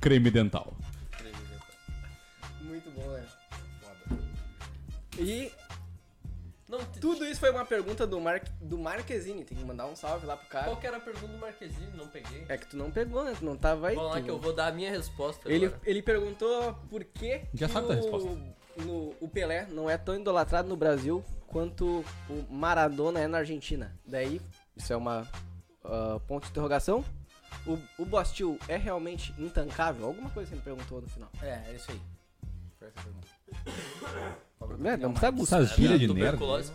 A: Creme dental.
B: Muito bom, né? E tudo isso foi uma pergunta do, Mar do Marquezine, tem que mandar um salve lá pro cara.
D: Qual que era a pergunta do Marquezine? Não peguei.
B: É que tu não pegou, né? Tu não tava
A: É
B: aí.
D: Vamos lá
B: tu-
D: que eu vou dar a minha resposta
B: Ele,
D: agora.
B: ele perguntou por que,
A: Já
B: que
A: sabe
B: o,
A: da resposta.
B: no- o Pelé não é tão idolatrado no Brasil quanto o Maradona é na Argentina. Daí, isso é uma ah, ponto de interrogação. O, o Bostil é realmente intancável? Alguma coisa que ele perguntou no final.
C: É, é isso aí. Foi essa a pergunta.
B: É, não precisa buscar.
A: Essas gírias de nerd.
D: Tuberculose.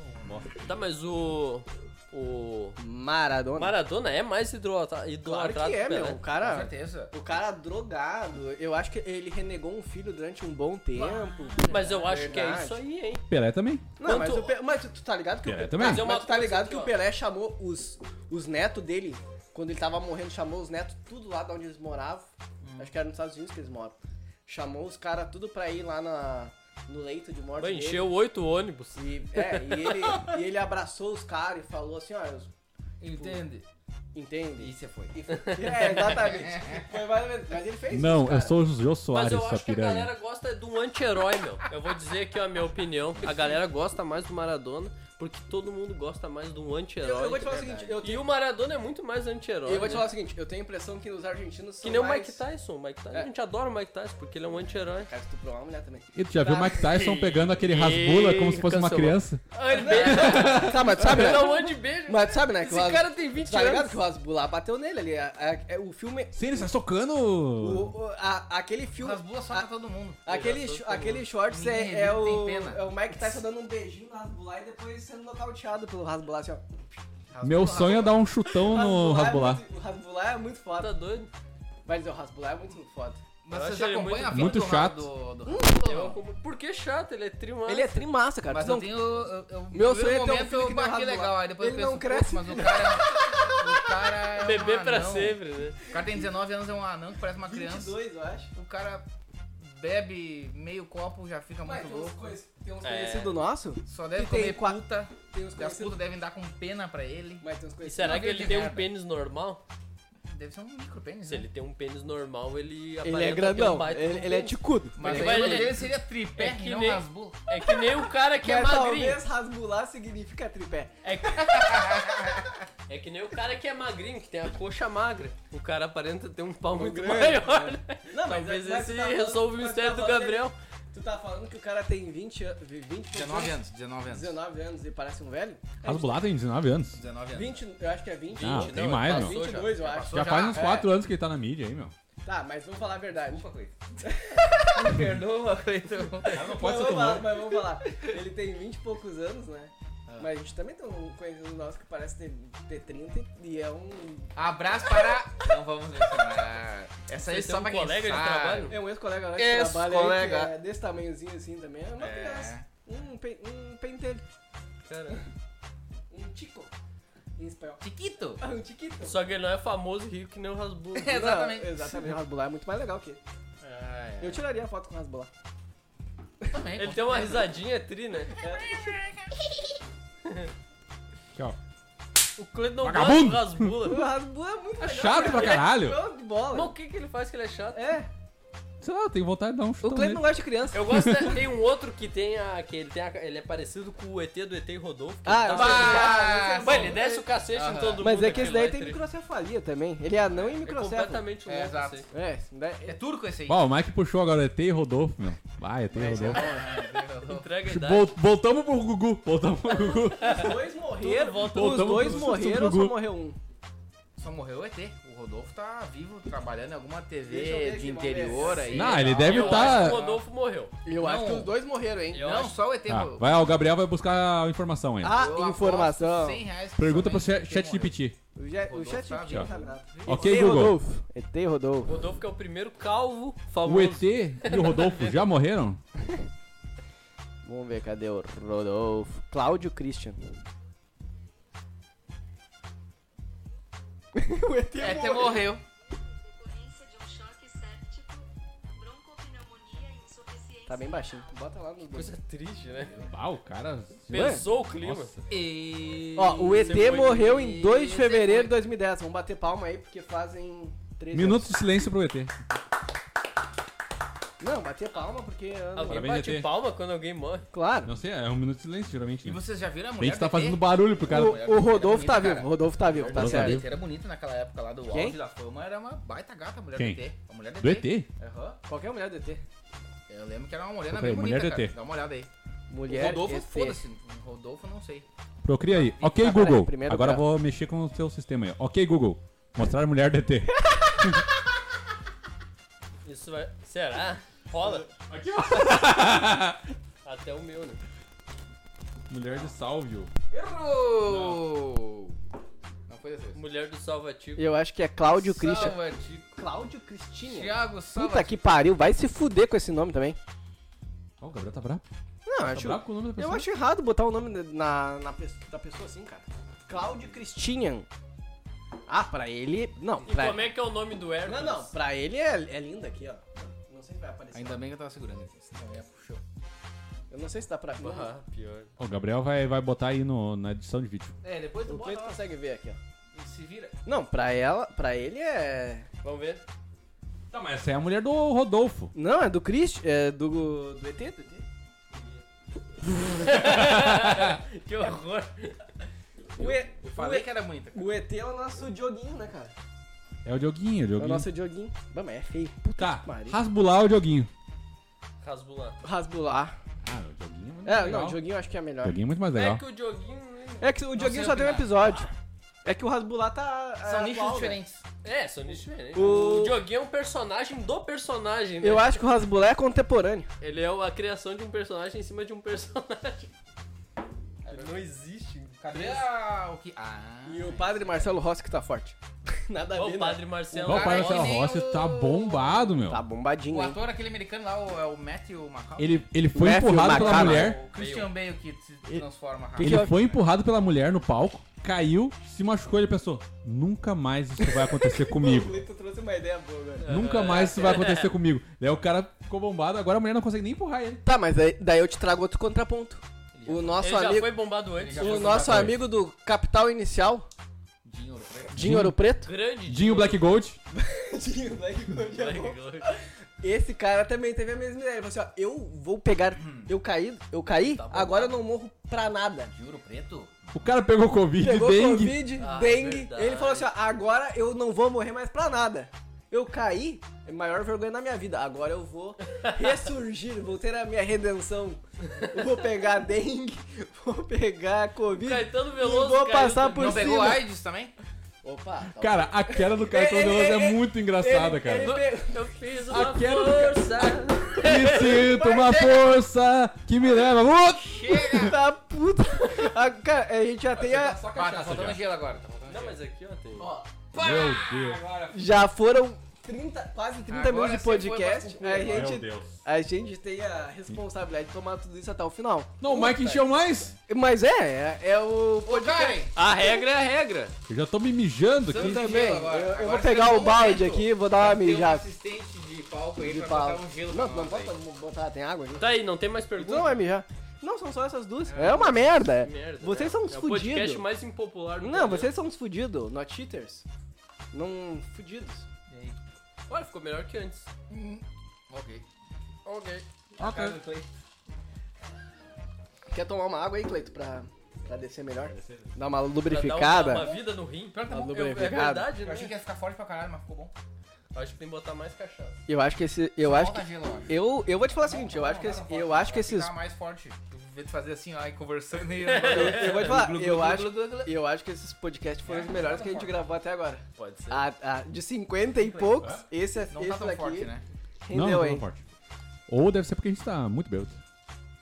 D: Tá, mas o... O...
B: Maradona.
D: Maradona é mais idolatra- idolatrado
B: Claro que é,
D: Pelé.
B: meu. O
C: Com
B: cara,
C: certeza.
B: o cara drogado. Eu acho que ele renegou um filho durante um bom tempo.
D: Mas eu acho que
B: Verdade.
D: é isso aí, hein?
A: Pelé também.
B: Não, mas,
D: Quanto-
B: o Pe- mas tu, tu tá ligado que o
A: Pelé
B: Pe-
A: também.
B: Mas,
D: Mas é uma
B: tu tá
D: coisa
B: ligado
D: que,
B: que
D: ó.
B: o Pelé chamou os, os netos dele, quando ele tava morrendo, chamou os netos tudo lá de onde eles moravam.
D: Hum.
B: Acho que era nos Estados Unidos que eles moram. Chamou os caras tudo pra ir lá na, no leito de morte
D: Vai,
B: dele.
D: encheu oito ônibus.
B: E, é, e ele, e ele abraçou os caras e falou assim, ó, eu-
C: Entende?
B: entende?
C: tipo, E você foi.
B: E foi- é, exatamente. Foi mais ou menos. Mas ele fez isso,
A: Não,
B: cara.
A: eu sou o Jô Soares,
D: Mas eu
A: sua
D: acho que a
A: piranha.
D: galera gosta de um anti-herói, meu. Eu vou dizer aqui a minha opinião. A galera gosta mais do Maradona porque todo mundo gosta mais de um
B: Eu,
D: anti-herói.
B: eu vou te falar o seguinte, eu,
D: E o Maradona é muito mais anti-herói.
B: eu vou te
D: né?
B: falar o seguinte, eu tenho a impressão que os argentinos são
D: Que nem o
B: mais...
D: Mike Tyson. O Mike Tyson.
B: É.
D: A gente adora o Mike Tyson porque ele é um anti-herói.
B: Cara, estuprou uma mulher também.
A: E tu já viu o
B: Tá.
A: Mike Tyson pegando aquele rasbula como se fosse uma
D: Cancelou.
A: criança?
B: tá, mas tu sabe, né?
D: Ele dá um monte de beijo.
B: Mas tu sabe, né? que
D: Esse
B: o Ras-
D: cara tem 20
B: Tá ligado
D: anos.
B: que o Rasbular bateu nele ali. É- é- é o filme.
A: Sim, ele está socando.
B: o- o- a- aquele filme.
C: As duas só
B: a-
C: pra todo mundo.
B: aquele,
D: Ele
B: sh-
D: gastou
B: aquele shorts é,
C: Ninguém
B: é
C: evita,
B: o.
C: tem pena.
B: É o Mike Tyson dando um beijinho no Rasbular e depois sendo nocauteado pelo Rasbular assim, ó.
A: Meu sonho é dar um chutão no
B: Rasbular é
A: rasbular.
B: muito- O Rasbular é muito
D: Tá
B: foda.
D: doido?
B: Vai dizer, o Rasbular é muito foda.
C: Mas
D: Eu
C: você
D: acho
C: já
D: ele
C: acompanha a vida
A: muito
C: do
A: chato.
C: Do,
B: Hum,
C: do,
D: Eu como- Por que chato? Ele é trimado.
B: Ele é trimassa, cara.
C: Mas
B: tu não-
C: eu tenho. Eu, eu,
B: Meu
C: no
B: sonho é ter um
C: primeiro
B: filho
C: momento
B: que
C: eu
B: nem o Rato
C: marquei legal,
B: Lá.
C: aí depois
B: Ele
C: eu penso,
B: não cresce.
C: "Putz, mas o cara. é um- o cara. É um
B: Ah,
D: Bebê pra
C: anão.
D: sempre, né?
C: O cara tem 19 anos, é um anão que parece uma criança.
B: 22, eu acho.
C: O cara bebe meio copo, já fica
B: Mas
C: É muito
B: tem uns,
C: louco.
B: conhec- tem uns
D: É.
B: conhecidos nossos.
C: Só deve
B: que tem
C: comer
B: quatro-
C: puta.
B: Tem uns
C: E as
B: conhecidos.
C: putas devem dar com pena pra ele.
B: Mas tem uns
D: E
B: conhecidos.
D: será
C: Uma
D: que ele
C: vida
D: tem um
C: errada.
D: pênis normal?
C: Deve ser um micro pênis,
D: Se
B: Uhum.
C: né?
D: ele tem um pênis normal,
B: Ele
D: ele
B: é
D: aparenta ter um
B: grandão,
D: baita
B: ele,
D: de um
B: ele é
D: pênis.
B: ticudo.
C: Mas
D: Ele
C: o
D: vai-
C: nome dele seria tripé,
D: É que
C: que não
D: nem-
C: rasbu.
D: É que nem o cara que é
B: Mas
D: magrinho.
B: talvez rasbular significa tripé.
D: É que... é que nem o cara que é magrinho, que tem a coxa magra. O cara aparenta ter um pau muito
B: grande,
D: maior. né?
B: Não,
D: Talvez
B: mas
D: esse
B: tu tá falando-
D: resolva o
B: mas tu
D: mistério
B: tá
D: do
B: falando
D: Gabriel.
B: que- tu tá falando que o cara tem 20 anos. 20
C: 19 anos, 19 anos.
B: 19 anos e parece um velho?
A: Rasbular tem 19 anos.
C: 19 anos.
B: 20, eu acho que é 20.
A: Ah,
B: 20,
A: tem
D: não,
A: mais,
D: passou
A: meu.
B: 22, eu
C: já
B: acho.
C: passou.
A: Já
C: já,
A: faz uns
B: é.
A: 4 anos que ele tá na mídia, hein, meu.
B: Tá, mas vamos falar a verdade.
D: Me perdoa, Cleiton.
A: Não
B: mas, vamos falar, mas vamos falar. Ele tem 20 e poucos anos, né? Mas a gente também tem um conhecido nosso que parece ter, ter 30 e é um.
C: Abraço para. Não vamos mencionar. Essa aí
D: Você tem
C: só
D: um
C: pra quem
D: colega de
C: sabe.
D: trabalho?
B: É um ex-colega lá que trabalha aí, que
C: Ex-colega.
B: é desse tamanhozinho assim também. É uma criança. Um, pe, um pentelho. Um tico. Em espanhol.
C: Chiquito?
B: Ah, um tiquito.
D: Só que ele não é famoso e rico que nem o Rasbulo.
C: É, exatamente.
B: Não, exatamente. O Rasbular é muito mais legal que ele. Eu tiraria a foto com o Rasbular.
C: Eu também.
D: Ah, é. Ele tem uma risadinha tri, né? O Cleiton não gosta do
A: Vagabundo!
B: O
D: Rasbula.
B: Rasbular é muito legal.
A: Chato pra caralho.
B: Show de
D: Mas
B: bola.
D: o que, que ele faz que ele é chato?
B: É,
A: Sei lá, eu tenho vontade de dar um
B: o
A: chutão
B: Cleiton não
A: nele.
B: gosta de criança.
D: Eu gosto, de- tem um outro que tem a. que ele, tem a- ele é parecido com o ET do ET Rodolfo. que
B: Ah,
D: ele
B: eu
D: tá
B: sei. Ah,
D: sempre-
B: esse é
C: Bah,
D: Mas
B: bom.
D: ele desce o cacete em
C: Aham.
D: todo mundo.
B: Mas é que esse daí
D: aquele
B: tem
D: lá,
B: microcefalia também. Ele é anão e
D: É
B: microcefalia.
D: completamente
C: É,
D: louco.
C: exato.
D: assim.
B: É, esse daí-
C: É turco esse aí.
A: Ó, o Mike puxou agora ET e Rodolfo, meu. Vai,
B: É,
A: ET e Rodolfo.
C: Ah,
D: Entrega a idade.
A: Vol- Voltamos pro Gugu. Voltamos pro Gugu.
B: Os dois morreram.
D: voltamos
B: os
A: pro
B: dois
A: assunto do
B: morreram ou só
A: Gugu.
B: morreu um?
C: Só morreu o ET. O Rodolfo tá vivo, trabalhando em alguma
B: Deixa eu ver
C: TV de
B: aqui, vamos
C: interior
B: ver.
C: aí.
A: Não, ele
C: Não,
A: deve
D: Eu
A: tá-
D: acho que o Rodolfo morreu.
B: Eu
C: Não.
B: acho que os dois morreram, hein?
D: Eu
C: Não,
D: acho-
C: só o ET.
A: Tá,
C: morreu.
A: vai, ó, o Gabriel vai buscar a informação ainda.
B: Ah,
C: Eu aposto
B: informação.
C: 100 reais que
A: Pergunta pro
C: somente o ET
A: chat de
C: morreu.
A: PT.
B: O, ja- o
C: Rodolfo
B: chat
C: tá
B: tinha
A: vivo.
B: sagrado.
A: Ok,
B: ET
A: Google.
B: Rodolfo. ET
D: O
B: Rodolfo.
D: Rodolfo que é o primeiro calvo famoso.
A: O ET e o Rodolfo já morreram?
B: Vamos ver, cadê o Rodolfo? Cláudio Christian. o ET
C: É, até
B: morreu.
C: morreu.
E: Decorrência de um choque séptico, broncopneumonia e insuficiência.
B: Tá bem baixinho. Bota lá no
D: Coisa triste, né?
A: Ah, o cara.
D: Pensou o clima.
C: E...
B: Ó, o ET
D: Você foi-
B: morreu em 2 de
C: Você
B: fevereiro de
C: foi.
B: 2010. Vamos bater palma aí, porque fazem 3
A: Minuto de silêncio pro ET.
B: Não, bater palma, porque... é ano-
D: Alguém
A: Parabéns,
D: bate
A: ET.
D: palma quando alguém morre.
B: Claro.
A: Não sei, é um minuto de silêncio, geralmente.
C: E
A: Né?
C: vocês já viram a
A: Bem
C: mulher
A: que tá
C: do
A: fazendo
C: ET?
A: barulho pro cara.
B: O, o Rodolfo tá vivo, o Rodolfo tá vivo,
C: A
B: tá
C: mulher do
B: certo.
C: ET era bonita naquela época lá do
B: Quem?
C: auge da fama. Era uma baita gata, a mulher
A: Quem?
C: do ET. A mulher
A: Do ET?
C: Aham.
B: Qualquer mulher do ET.
C: Eu lembro que era uma morena
A: Peraí,
C: bem
A: mulher
C: bonita,
A: do
C: cara.
A: ET.
C: Dá uma olhada aí.
B: Mulher
C: Rodolfo,
B: ET.
C: foda-se. Rodolfo, não sei.
A: Procria aí. Ok,
B: Ah, peraí,
A: Google.
B: primeiro
A: Agora
B: lugar.
A: vou mexer com o seu sistema aí. ó. Ok, Google. Mostrar mulher do ET.
D: Isso vai. Será? Rola? Até o meu, né?
A: mulher de Salvio.
C: Errou! Não foi dessa vez.
D: Mulher do Salvativo.
B: Eu acho que é Cláudio Christian.
C: Salva, Tico.
B: Cláudio Cristina.
C: Thiago, salva.
B: Puta que pariu, vai se fuder com esse nome também.
A: Ó, o Gabriel tá bravo.
B: Não,
A: Tá bravo com o nome da
B: Eu
A: pessoa.
B: acho errado botar o nome na, na pe- da pessoa assim, cara. Cláudio Christian. Ah, pra ele. Não,
D: E
B: pra
D: como é que é o nome do Hércules?
B: Não, não, pra ele é, é linda aqui, ó. Não sei se vai aparecer.
C: Ainda bem que eu tava segurando aqui. senão eu ia puxar.
B: Eu não sei se dá pra.
D: Ah, pior.
A: Ó, O Gabriel vai, vai botar aí no, na edição de vídeo.
C: É, depois tu
B: O Cleiton
C: bota lá.
B: consegue ver aqui, ó.
C: e Se vira.
B: Não, pra ela. Pra ele é.
D: Vamos ver?
A: Tá, mas essa é a mulher do Rodolfo.
B: Não, é do Chris. É do. do ET, do ET.
D: Que horror.
B: O, E-
C: Eu
B: o,
C: falei
B: E-
C: que era bonita.
B: o ET é o nosso Dioguinho, né, cara?
A: É o Dioguinho, o
B: É o
A: Dioguinho.
B: nosso Dioguinho. Vamos, é feio. Puta
A: Tá,
B: que pariu.
A: Rasbular o Dioguinho.
D: Rasbular.
B: Rasbular.
A: Ah, o Dioguinho é muito
B: É,
A: legal.
B: não, o Dioguinho eu acho que é a melhor.
A: Dioguinho é muito mais legal.
D: É que o Dioguinho.
B: É que o Dioguinho
C: sei
B: só tem um
C: opinar.
B: episódio. É que o Rasbular tá. é,
C: São nichos
B: atual, né?
C: diferentes.
D: É, são nichos diferentes.
B: O-
D: O... Dioguinho é um personagem do personagem, né?
B: Eu acho que o Rasbular é contemporâneo.
D: Ele é a criação de um personagem em cima de um personagem. Ele não existe.
C: Cadê a... o que... Ah...
B: E o padre Marcelo Rossi que tá forte. Nada a
D: Ó,
B: ver, né?
D: o Padre Marcelo.
A: Ó, o pai
C: cara
A: Marcelo
C: que nem
A: Rossi
C: o-
A: tá bombado, meu.
B: Tá bombadinho,
C: O
B: hein?
C: ator, aquele americano lá, o, é o Matthew McCall.
A: Ele, ele foi
B: Matthew
A: empurrado pela
D: é
B: McConaughey.
A: mulher.
D: um
C: O Christian Bale que se transforma rápido.
A: Ele foi empurrado pela mulher no palco, caiu, se machucou e ele pensou: nunca mais isso vai acontecer comigo.
B: Cleiton trouxe uma ideia boa, velho.
A: Nunca mais isso vai acontecer comigo. Daí o cara ficou bombado, agora a mulher não consegue nem empurrar ele.
B: Tá, mas daí, daí eu te trago outro contraponto. O nosso
D: Ele já
B: amigo,
D: foi bombado antes.
C: já
B: o
C: foi
B: nosso
A: contratado.
B: amigo do Capital Inicial,
C: Dinho Ouro Preto.
B: Dinho Ouro Preto.
D: Um Grande
A: Dinho Black Gold.
B: Dinho, né?
D: Black.
B: Esse cara também teve a mesma ideia. Ele falou assim, ó, eu vou pegar, eu caí, eu caí,
C: Tá bom.
B: agora eu não morro pra nada.
C: Dinho Ouro Preto?
A: O cara pegou Covid,
B: Pegou
A: dengue.
B: Covid,
D: Ah,
B: dengue.
D: verdade.
B: Ele falou assim: ó, agora eu não vou morrer mais pra nada. Eu caí, é a maior vergonha da minha vida. Agora eu vou ressurgir, vou ter a minha redenção. Eu vou pegar dengue, vou pegar Covid.
D: Caetano
B: e
D: Veloso
B: vou
D: caiu
B: passar
D: também.
B: por
C: não
B: cima.
C: pegou AIDS também?
B: Opa, tá
A: Cara, a queda do Caetano
B: Ele-
A: Veloso é
B: ele-
A: muito engraçada,
B: ele-
A: cara.
B: ele- é
D: Eu fiz uma
A: Ah, quero-
D: força.
A: Me sinto uma força que me leva. Uh!
B: Chega da Tá puta. A, cara, a gente já tem a.
C: Ah, tá faltando gelo agora. Tá faltando
D: é Não,
C: gelo.
D: mas aqui, ó, tem.
A: Meu Deus.
B: Já foram 30, quase 30
C: Agora
B: minutos de
C: você foi pra
B: podcast.
C: concluir, né?
B: A
C: agora.
A: Meu
B: gente,
A: Deus.
B: a gente tem a responsabilidade de tomar tudo isso até o final.
A: Não, o Mike encheu mais.
B: Mas é, é, é o
C: Ô, Karen!
D: A regra é a regra.
A: Eu já tô me mijando aqui.
B: Eu também.
C: gelo agora.
B: Eu, eu vou
C: Agora
B: pegar
C: chegou
B: o
C: o
B: balde
C: momento.
B: aqui, vou dar uma
C: Tem um
B: mijada.
C: assistente de palco aí
B: de
C: pra
B: pau.
C: botar um gelo
B: Não,
C: pra
B: não
C: nós aí.
B: pode botar, tem água ali.
D: Tá aí, não tem mais
B: Tu
D: perguntas?
B: não vai mijar. Não, são só essas duas. Então, É uma merda.
D: Merda,
B: Vocês
D: né?
B: são uns
D: É o podcast
B: fudidos.
D: mais impopular do
B: Não,
D: planeta.
B: vocês são uns fudidos, not cheaters. Não fudidos.
D: Olha, ficou melhor que antes.
C: Ok.
D: Ok.
A: Ok.
B: Quer tomar uma água aí, Cleito, pra, pra descer melhor? Dar uma
D: Pra dar
B: lubrificada.
D: Uma, uma vida no rim.
B: Tá
D: Eu- é
B: lubrificado.
D: verdade,
C: Eu
D: né?
C: achei que ia ficar forte pra caralho, mas ficou bom.
D: Acho que tem que botar mais cachaça.
B: Eu acho que esse. Eu acho que.
C: Falta gelo, eu acho.
B: Eu, eu vou te falar o seguinte, eu acho que, esse- eu acho que esses.
C: Ficar mais forte. Tu vê tu fazer assim, ó, e conversando e...
B: Eu vou te falar, eu acho, eu acho que esses podcasts foram os melhores que a gente gravou até agora.
D: Pode ser.
B: A- a- de 50 e poucos, esse, é-
C: Não
B: esse
C: tá tão
B: daqui
C: forte, né?
A: Não,
B: rendeu,
A: não,
B: hein?
A: não forte. Ou deve ser porque a gente tá muito bêbado.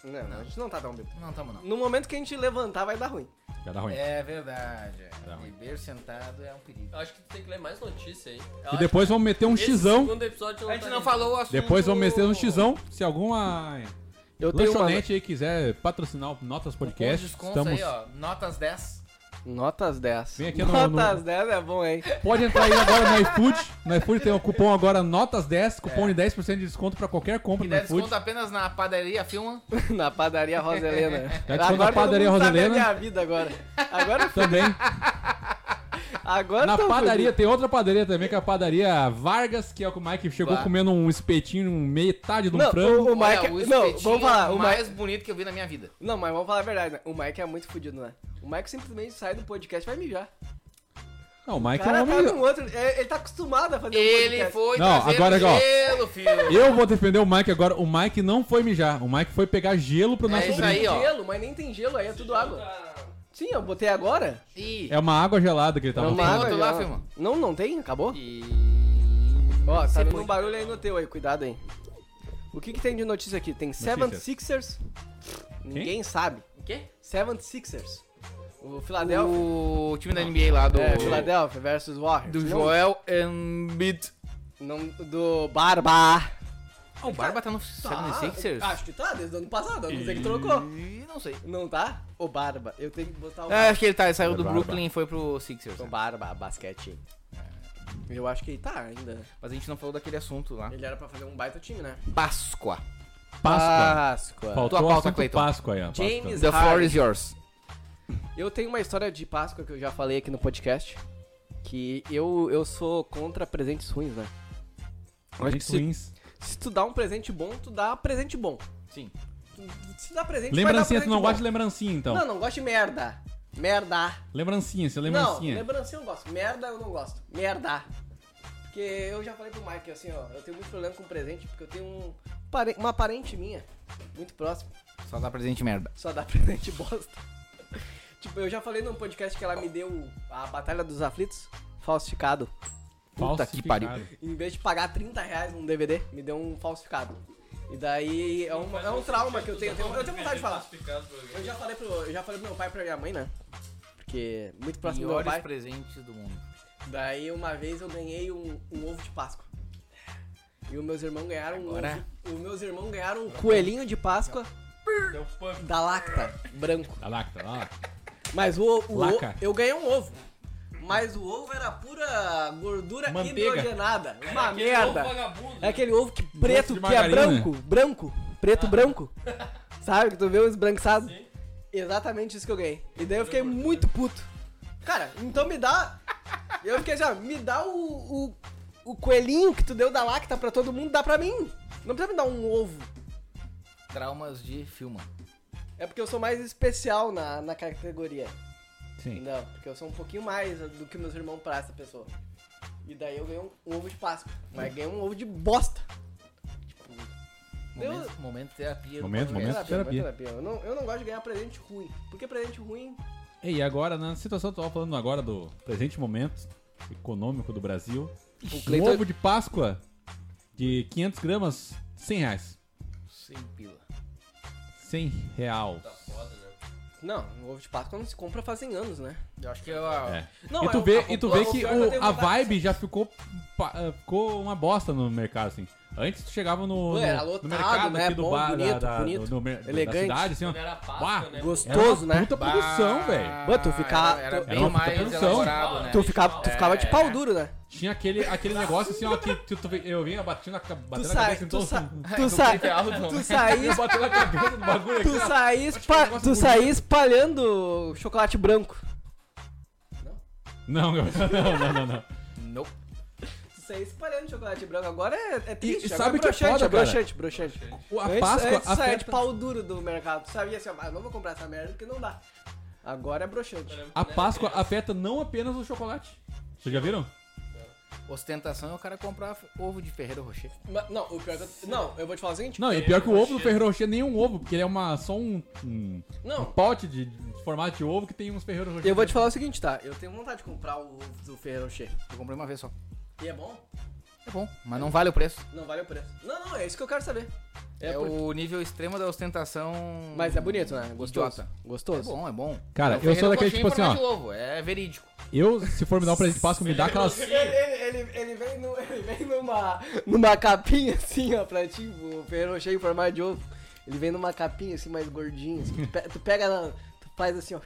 B: Não, não, a gente não tá tão bêbado.
C: Não, tamo não.
B: No momento que a gente levantar, vai dar ruim.
A: Já dá ruim.
C: É verdade.
A: Tá ruim.
C: Beber sentado é um perigo.
D: Eu acho que tu tem que ler mais notícia aí. Eu
A: E
D: acho
A: depois vamos meter um
D: que esse
A: xizão.
D: segundo episódio
C: A gente
D: tá
C: não
D: nem-
C: falou o assunto...
A: Depois vamos meter um xizão. Se alguma
B: Eu tenho uma, né?
A: lanchonete aí quiser patrocinar o Notas
C: Com os
A: Podcast,
C: descontos
A: estamos...
C: aí, ó. Notas 10.
B: Notas 10.
A: Vem aqui no-
B: Notas 10 é bom, hein?
A: Pode entrar aí agora no iFood. No iFood tem o cupom agora
B: É.
A: Notas10, cupom de 10% de desconto pra qualquer compra
C: E
A: no
C: dá
A: iFood.
C: desconto apenas na padaria, filma.
B: Na padaria Roselena.
A: Tá de na padaria
B: todo mundo sabe a
A: Roselena.
B: minha vida agora. Agora,
A: Também.
B: agora
A: Na
B: tô
A: padaria,
B: fudido.
A: tem outra padaria também, que é a padaria Vargas, que é o que o Mike chegou
C: Bah.
A: comendo um espetinho, metade de um
B: Não,
A: frango.
B: o, o Mike...
C: Olha, o é-
B: não,
C: espetinho
B: vamos falar. O Mike...
C: mais bonito que eu vi na minha vida.
B: Não, mas vamos falar a verdade, né? O Mike é muito fudido, né? O Mike simplesmente sai do podcast e vai mijar.
A: Não, o
B: O
A: Mike é
B: cara
A: um
B: tá
A: homem.
B: num outro... é- Ele tá acostumado a fazer
C: Ele
B: um podcast.
C: foi
A: Não,
C: trazer
A: agora é igual.
C: gelo, filho.
A: Eu vou defender o Mike agora. O Mike não foi mijar. O Mike foi pegar gelo
B: É
A: pro nosso
C: isso
A: drink.
C: aí, ó.
B: gelo, mas nem tem gelo aí, é tudo água. Sim, eu botei agora.
C: Ih,
A: É uma água gelada que ele tava
B: Não,
C: tem
A: tomando.
C: outro lá,
B: já.
C: Firmão?
B: Não, não tem? Acabou?
C: e...
B: Ó, tá
C: Você
B: dando
C: foi.
B: um barulho aí no teu aí, cuidado aí. O que que tem de notícia aqui? Tem 76ers. Ninguém sabe.
C: O quê?
B: 76ers. O Philadelphia.
C: O time da NBA lá do...
B: É, Philadelphia versus Warriors.
C: do
B: Não-
C: Joel Embiid.
B: não- do Barba.
C: Ah, o Barba tá no 76ers?
B: Acho que tá, desde o ano passado. eu Não sei que trocou.
C: Ih, Não sei.
B: Não tá? O Barba. Eu tenho que botar o
C: Ah,
B: Barba.
C: acho que ele tá, ele saiu do
A: Barba.
C: Brooklyn e foi pro Sixers.
B: O
C: né?
B: Barba, basquete. Eu acho que ele tá ainda.
C: Mas a gente não falou daquele assunto
A: É.
C: lá.
B: Ele era pra fazer um baita time, né?
C: Páscoa.
A: Páscoa.
B: Páscoa.
A: Faltou
C: Tua
A: a
C: pauta,
A: pauta,
C: Cleiton.
A: Páscoa aí, ó. Páscoa.
B: James-
C: The floor
B: Harden.
C: is yours.
B: Eu tenho uma história de Páscoa que eu já falei aqui no podcast. Que eu, eu sou contra presentes ruins, né? Eu acho
A: Gente
B: que se,
A: ruins.
B: se tu dá um presente bom, tu dá presente bom.
C: Sim.
B: Tu- Se dá presente, tu vai dar
A: Lembrancinha,
B: presente
A: tu não
B: bom.
A: gosta de lembrancinha, então.
B: Não, não gosto de merda. Merda.
A: Lembrancinha, você é
B: Não,
A: lembrancinha.
B: lembrancinha eu não gosto. Merda eu não gosto. Merda. Porque eu já falei pro Mike assim, ó. Eu tenho muito problema com presente, porque eu tenho um, pare- uma parente minha, muito próxima,
C: Só dá presente merda.
B: só dá presente bosta. tipo, eu já falei num podcast que ela me deu a Batalha dos Aflitos, falsificado.
C: Puta que pariu.
A: Falsificado.
B: Em vez de pagar 30 reais num DVD, me deu um falsificado. E daí é um, é um trauma que eu tenho. Eu tenho, eu tenho vontade de falar. Eu já falei pro, eu já falei pro meu pai e pra minha mãe, né? Porque é muito próximo do meu
C: Piores
B: pai.
C: presentes do mundo.
B: Daí uma vez eu ganhei um, um ovo de Páscoa. E os meus irmãos ganharam um
C: Agora-
B: ovo, Os meus irmãos ganharam um coelhinho de Páscoa da Lacta, branco.
A: Tá lá, tá lá.
B: Mas o, o, o
A: Laca.
B: eu ganhei um ovo. Mas o ovo era pura gordura
A: Manteiga.
B: hidrogenada. Uma merda. É aquele ovo que
A: Gosto
B: preto,
A: de
B: que é
A: margarina. Ah.
B: branco, branco, preto branco. Sabe que tu vê o esbranquiçado? Exatamente isso que eu ganhei. E daí eu fiquei muito puto. Cara, então me dá. Eu fiquei já, me dá o, o, o coelhinho que tu deu da lacta pra todo mundo, dá pra mim. Não precisa me dar um ovo.
C: Traumas de filma.
B: É porque eu sou mais especial na, na categoria.
A: Sim.
B: Não, porque eu sou um pouquinho mais do que meus irmãos pra essa pessoa. E daí eu ganhei um, um ovo de Páscoa. Mas ganhei um ovo de bosta. Deu-
C: Momento, momento terapia. do
A: Momento,
C: podcast.
A: momento. Terapia.
B: terapia. Eu, não, eu não gosto de ganhar presente ruim. Porque presente ruim.
A: E agora, na situação atual, falando agora do presente momento econômico do Brasil,
B: O
A: um ovo de Páscoa de 500 gramas, 100 reais.
C: Sem pila.
A: 100 real.
C: Tá
B: Não, um ovo de Páscoa não se compra fazem anos, né?
C: Eu acho que eu... ó,
A: É.
B: Não,
A: e tu
B: é um-
A: vê,
B: a-
A: e tu vê
B: o-
A: que
B: o pior é que eu
A: o-
B: tenho
A: a
B: vontade-
A: vibe já ficou, pa- eh, ficou uma bosta no mercado, assim. Antes tu chegava no,
B: Pô,
A: no,
B: era
A: no
B: lotado,
A: mercado
B: né?
A: aqui do
B: Bom,
A: bar, da-
B: bonito,
A: da,
B: bonito,
A: do- do mer- da
B: elegante.
A: cidade, assim, ó.
D: Quando era Páscoa,
A: Uau,
D: né?
A: era uma
B: Gostoso, né?
A: puta
C: bah,
A: produção, velho.
B: Pô, tu ficar-
C: Era, era
B: tu-
A: Era
C: bem
A: uma
C: mais
A: produção.
C: elaborado, né?
B: Tu, ficava, tu ficava de pau duro, né?
A: Tinha aquele, aquele negócio, assim, ó, que tu- tu- eu vinha batendo a, ca-
B: Tu
A: batendo a
B: sai,
A: cabeça em
B: tu
A: todo
B: sai.
A: mundo.
B: Tu sai.
C: Clipe Aldo.
B: Tu saís.
A: Eu bati na cabeça do bagulho aqui,
B: Tu
A: ó.
B: saí,
A: é um
B: espa-
A: negócio
B: tu
A: bonito.
B: saí espalhando chocolate branco.
A: Não, não, não, não, não.
C: Nope.
B: Tu saí espalhando chocolate branco. Agora é, é triste.
A: e
B: agora
A: sabe
B: é
A: que é
B: broxante,
A: foda, cara?
B: é broxante, broxante.
A: O- A
B: antes,
A: Páscoa
B: antes saía de
A: afeta,
B: pau duro do mercado. Tu sabia assim, ó, ah, não vou comprar essa merda porque não dá. Agora é broxante.
A: a Páscoa afeta não apenas o chocolate. Vocês já viram?
C: Ostentação é o cara comprar ovo de Ferreiro Rocher.
B: Ma- não, o pior é que eu, não, eu vou te falar o seguinte.
A: Não, e pior que o ovo do Ferreiro Rocher nem um ovo, porque ele é uma, só um, um, um
B: Não,
A: pote de, de formato de ovo que tem uns Ferreiro Rocher.
B: eu vou te falar o seguinte, tá? Eu tenho vontade de comprar o ovo do Ferreiro Rocher.
C: Eu comprei uma vez só.
B: E é bom?
C: É bom, mas não vale o preço.
B: Não vale o preço. Não, não, é isso que eu quero saber.
C: É,
B: por-
C: o nível extremo da ostentação.
B: Mas é bonito, né? Gostoso.
C: Idiota. É
B: Gostoso.
C: bom, é bom.
A: Cara,
C: É o
A: eu sou
C: Ferreiro
A: daquele
C: Rocher em
A: tipo assim,
C: formato
A: ó.
C: de ovo, é verídico.
A: Eu, se for me dar um presente de Páscoa, me dá aquelas...
B: Ele, ele, ele vem, no- ele vem numa, numa capinha assim, ó, pra ti, o Ferreiro Rocher em formato de ovo. Ele vem numa capinha assim, mais gordinha. assim, tu, pe- tu pega na. Tu faz assim, ó.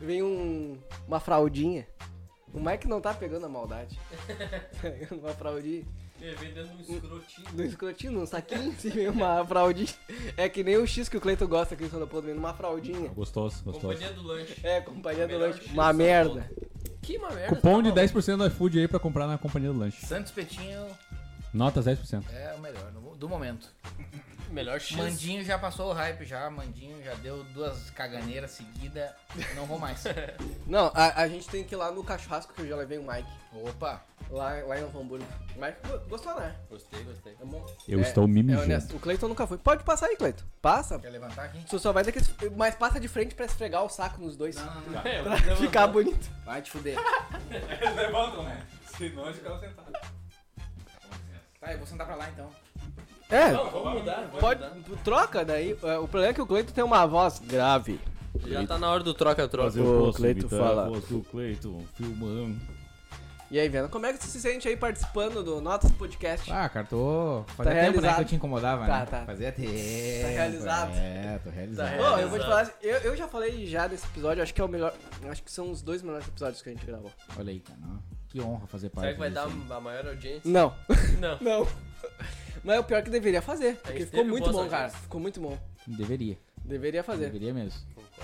B: vem um, uma fraldinha. O Mike não tá pegando a maldade. Tá ligado? uma fraldinha.
D: Ele vem dando um escrotinho.
B: No escrotinho, num saquinho, se vem uma fraldinha. É que nem o X que o Cleiton gosta aqui no Sonopoldo, vem numa fraldinha.
A: Gostoso, gostoso.
D: Companhia do lanche.
B: É, companhia do
D: Melhor
B: lanche.
D: X
B: Uma
D: do
B: merda.
D: Que uma merda.
A: Cupom de
D: tá maluco.
A: 10% do iFood aí pra comprar na companhia do lanche.
C: Santos Petinho
A: Notas 10%.
C: é o melhor no- do momento.
D: Melhor X.
C: Mandinho já passou o hype já, Mandinho já deu duas caganeiras seguidas, não vou mais.
B: Não, a, a gente tem que ir lá no cachorrasco que eu já levei o Mike.
C: Opa,
B: Lá, lá em Novo Hamburgo. O Mike go- gostou, né?
D: Gostei, gostei.
B: É bom.
A: Eu
B: É,
A: estou me
B: É
A: mijando.
B: honesto. O Cleiton nunca foi. Pode passar aí, Cleiton. Passa.
C: quer levantar aqui?
B: Tu só vai daqui. Mas passa de frente pra esfregar o saco nos dois.
C: Não, não, não.
D: É, eu
B: Pra
D: vou
B: ficar
D: levantar.
B: bonito.
C: Vai te fuder.
F: Eles levantam, né? Senão eles ficam sentados.
C: Tá, eu vou sentar pra lá então.
B: É,
D: Não, vamos mudar. vamos
B: pode.
D: mudar.
B: Troca daí. É, O problema é que o Cleiton tem uma voz grave.
D: Já tá na hora do troca-troca.
B: eu O posso Cleito imitar a fala.
A: voz do Cleito, filmando.
B: E aí, Vena, como é que tu se sente aí participando do Notas Podcast?
F: Ah, cara, tô. Fazia
B: Tá
F: tempo né, que eu
B: realizado.
F: te incomodava,
B: Tá,
F: né?
B: tá.
F: Fazia tempo. Tá
B: realizado.
F: É, tô
D: Tá,
F: realizado.
B: Ô, eu vou te falar, eu, eu já falei já desse episódio, acho que é o melhor. Acho que são os dois melhores episódios que a gente gravou.
F: Olha aí, cara. ó. Que honra fazer parte.
D: Será que vai dar
F: disso aí.
D: a maior audiência?
B: Não,
D: Não.
B: não. Mas é o pior que deveria fazer. Porque
D: gente
B: ficou
D: teve
B: muito
D: boas
B: bom, cara.
D: audiências.
B: Ficou muito bom.
F: Deveria.
B: Deveria fazer.
F: Deveria mesmo.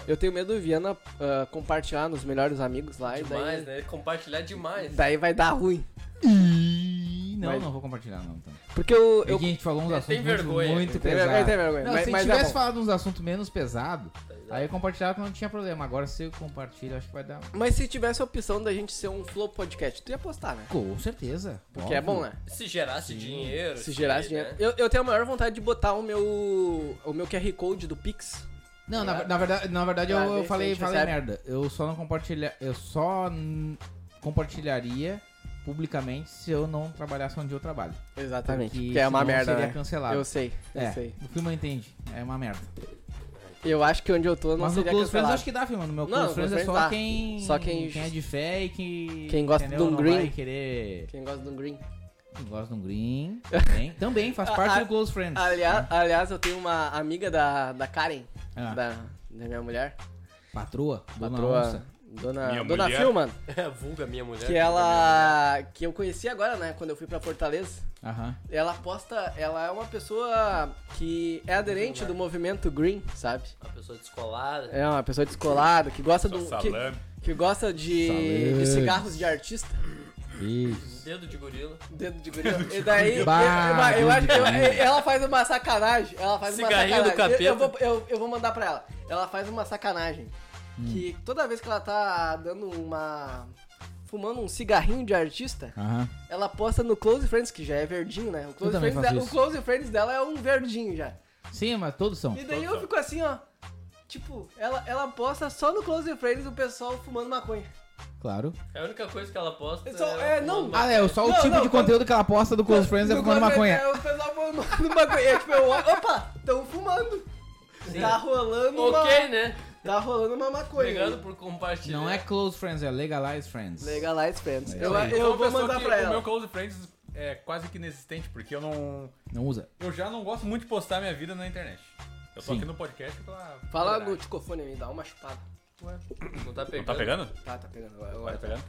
B: Eu tenho medo do Viana ah, compartilhar nos melhores amigos lá e daí.
D: Demais, né? Compartilhar demais.
B: Daí vai dar ruim.
F: E não,
B: um- Mas-
F: não vou compartilhar não, então.
B: Porque eu.
F: É
B: eu
F: que a gente falou uns
D: Tem
F: assuntos
D: vergonha.
F: muito, muito
B: Tem vergonha,
F: pesados.
B: tem vergonha.
F: Não,
B: Mas-
F: se
B: mas é
F: tivesse
B: bom. Tá
F: falado uns assuntos menos pesados, aí eu compartilhava que não tinha problema. Agora se eu compartilho, acho que vai dar... um-
B: Mas se tivesse a opção da gente ser um flow podcast, tu ia postar, né?
F: Com certeza.
B: Porque é bom, né?
D: Se gerasse dinheiro.
B: Se gerasse
D: aí,
B: dinheiro.
D: né?
B: Eu, eu tenho a maior vontade de botar o meu. o meu QR Code do Pix.
F: Não, na, na verdade, na verdade
B: Pra
F: eu,
B: ver
F: eu
B: se a
F: falei,
B: gente
F: falei
B: recebe.
F: merda. Eu só não compartilha, eu só n- compartilharia publicamente se eu não trabalhasse onde eu trabalho.
B: Exatamente.
F: Porque
B: Que é uma
F: senão
B: merda,
F: seria
B: né?
F: cancelado.
B: Eu sei, eu
F: é,
B: sei.
F: o filme entende, é uma merda.
B: Eu acho que onde eu tô não
F: Mas no
B: seria
F: Close Friends
B: cancelado.
F: acho que dá, filme. No meu
B: Não,
F: Close Friends é
B: Close
F: só
B: Friends dá.
F: quem
B: Só quem-
F: é de fé e que
B: Quem gosta de
F: entendeu?
B: um
F: não
B: green.
F: vai querer
B: Quem gosta de um green.
F: quem gosta de um green também, também faz
B: Ah,
F: parte
B: ah,
F: do Close Friends.
B: Aliás, aliás, eu tenho uma amiga da, da Karen,
F: Ah,
B: da, da minha mulher.
F: patroa, dona
B: patroa.
F: onça.
B: Dona,
F: Minha
B: dona
F: mulher.
B: Filman.
D: É, vulga minha mulher.
B: Que ela. Que eu conheci agora, né? Quando eu fui pra Fortaleza.
F: Aham.
B: Ela posta. Ela é uma pessoa que é aderente do movimento green, sabe?
D: Uma pessoa descolada.
B: É uma pessoa descolada, que gosta do. Que, que gosta de, de
F: Salame.
B: cigarros de artista.
F: Isso.
D: Dedo de gorila.
B: Dedo de gorila. E daí, eu,
F: Bah,
B: eu- eu acho que eu-
F: dedo de gorila.
B: ela faz uma sacanagem. Ela faz uma
D: Cigarrinho do
B: sacanagem. Eu, eu
D: capeta.
B: vou, eu- eu vou mandar pra ela. Ela faz uma sacanagem.
F: Hum.
B: Que toda vez que ela tá dando uma. fumando um cigarrinho de artista,
F: Aham.
B: ela posta no Close Friends, que já é verdinho, né? O Close,
F: também
B: Friends,
F: faço
B: dela- o
F: isso.
B: Close Friends dela é um verdinho já.
F: Sim, mas todos são.
B: E daí eu fico assim, ó. Tipo, ela, ela posta só no Close Friends o pessoal fumando maconha.
F: Claro.
D: É a única coisa que ela posta.
B: Eu só- é,
D: ela
B: não.
D: fumando
F: Ah, é, só o
B: Não,
F: tipo
B: não,
F: de
B: quando-
F: conteúdo que ela posta do Close Friends é
B: No
F: fumando
B: Close
F: maconha.
B: Friends, é, O pessoal fumando maconha. É, tipo, eu olho, opa, tão fumando. Tá rolando uma...
D: Ok, né?
B: Tá rolando uma maconha.
D: Obrigado por compartilhar.
F: Não é Close Friends, é Legalize Friends.
B: Legalize Friends.
F: É
B: eu
F: isso aí.
B: eu
F: Então,
B: vou
F: pessoal,
B: mandar
F: que
B: pra
F: o
B: ela.
F: meu
A: Close Friends é quase que inexistente, porque eu não.
F: Não usa.
A: Eu já não gosto muito de postar minha vida na internet. Eu tô
F: Sim.
A: aqui no podcast pela.
B: Fala no ticofone aí, dá uma chupada.
D: Não tá pegando.
A: Não tá pegando?
B: Tá, tá pegando. agora,
A: Tá
B: agora tá.
A: pegando?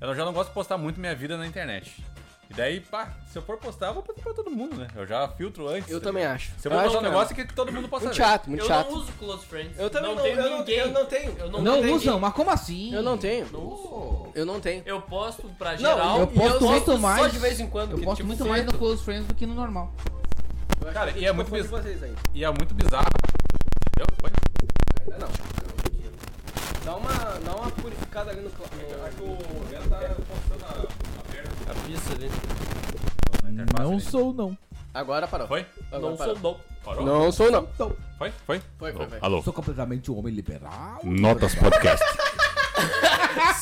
A: Eu já não gosto de postar muito minha vida na internet. E daí, pá, se eu for postar, eu vou postar pra todo mundo, né? Eu já filtro antes.
B: Eu
A: tá
B: também
A: ligado?
B: acho.
A: Se eu
B: Eu
A: vou
B: acho
A: postar um
B: que
A: negócio é que todo mundo possa
B: Muito
A: ver.
B: chato, muito
D: Eu
B: chato.
D: não uso Close Friends.
B: Eu também não,
D: tenho
B: eu,
D: ninguém.
B: Não, eu não tenho.
D: Eu
F: Não,
D: não tenho
F: usam,
D: ninguém.
F: mas como assim?
B: Eu não tenho.
D: Não uso.
B: Eu não tenho.
D: Eu posto pra
B: Não,
D: geral.
F: eu
D: e
F: posto muito
D: Só
F: mais-
D: de vez em quando.
F: Eu
D: porque,
F: posto
D: tipo,
F: muito
D: se-
F: mais no Close Friends do que no normal.
B: Eu
A: Cara,
B: acho
A: e
B: que
A: é
B: eu
A: muito
B: confundi
A: bizarro.
B: vocês aí.
A: E é muito bizarro. Eu? Oi?
B: Ainda não. Dá uma, dá uma purificada ali no... cla- no...
A: O Gano tá postando a, perna.
D: A pista ali.
F: Não
A: né?
F: sou, não.
B: Agora parou.
A: Foi?
B: Agora
D: Não
B: parou.
D: sou bom.
A: Parou?
B: Não sou não.
A: Foi? Foi?
B: Foi, foi, foi.
F: Sou completamente um homem liberal.
A: Notas Podcast.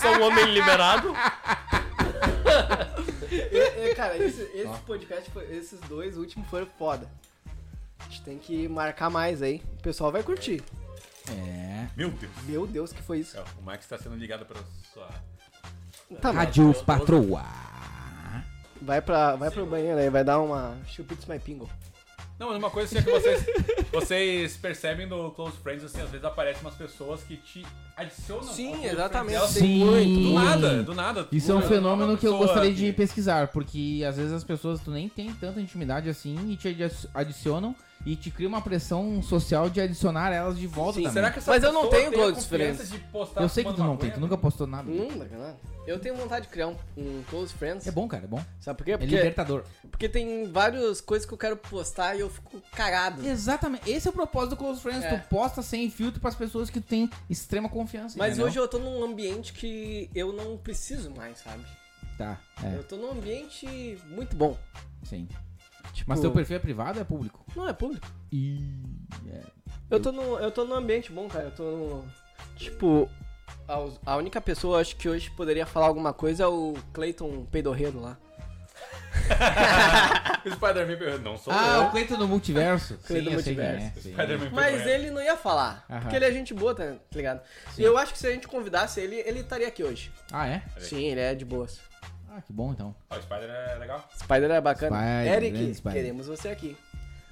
D: Sou um homem liberado.
B: É, é, cara, esse, esse
A: Ah.
B: podcast, foi- esses dois últimos foram foda. A gente tem que marcar mais aí. O pessoal vai curtir.
F: É.
A: Meu Deus.
B: Meu Deus, que foi isso?
A: É, O Max tá sendo ligado pela sua.
B: Tá, mas
F: Rádio Patroa.
B: vai, pra, vai pro banheiro aí, vai dar uma chupitz my pingo.
A: Não, mas uma coisa assim é que vocês, vocês percebem no Close Friends, assim, às vezes aparecem umas pessoas que te adicionam. ao
B: Sim,
A: Close
B: exatamente.
A: Friends.
B: Tem muito.
A: Elas- Do nada, do nada.
C: Isso é um
A: Uma
C: fenômeno que eu
A: pessoa
C: gostaria de
A: que-
C: pesquisar, porque às vezes as pessoas tu nem tem tanta intimidade assim e te adi- adicionam e te cria uma pressão social de adicionar elas de volta
B: Sim,
C: também.
A: Será que tá essa
B: Mas eu não
A: pessoa
B: tenho
A: tem a
B: close
A: confiança
B: friends.
A: de postar
C: Eu sei que tu
A: fumando
C: não tem, tu
A: maconha?
C: nunca postou nada.
B: Hum, bacana. Eu tenho vontade de criar um, um Close Friends.
C: É bom, cara, é bom.
B: Sabe por quê?
C: É
B: Porque,
C: libertador.
B: porque tem várias coisas que eu quero postar e eu fico cagado.
C: Exatamente. Esse é o propósito do Close Friends.
B: É.
C: Tu posta sem filtro pras pessoas que tu tem extrema confiança.
B: Mas
C: entendeu?
B: hoje eu tô num ambiente que eu não preciso mais, sabe?
C: Tá, é,
B: Eu tô num ambiente muito bom.
C: sim.
B: Tipo,
C: Mas teu perfil é privado ou é público?
B: Não, é público.
C: E...
B: Eu tô num, eu tô num ambiente bom, cara. Eu tô num... Tipo, a, a única pessoa acho que hoje poderia falar alguma coisa é o Clayton Peidorreiro lá.
A: O Spider-Man pergunta, não sou
C: Ah,
A: eu.
C: o Cleiton do Multiverso.
B: Cleiton
C: sim, eu sei quem
B: Multiverso.
C: é, sim.
A: Spider-Man
B: Mas
A: pergunta.
B: ele não ia falar.
C: Aham.
B: Porque ele é gente boa, tá tá ligado? E eu acho que se a gente convidasse ele, ele estaria aqui hoje.
C: Ah, é?
B: Sim, ele é de boas.
C: Ah, que bom então.
A: Ah, o Spider é legal.
B: Spider é bacana.
C: Spider, grande
B: Eric,
C: Spider.
B: queremos você aqui.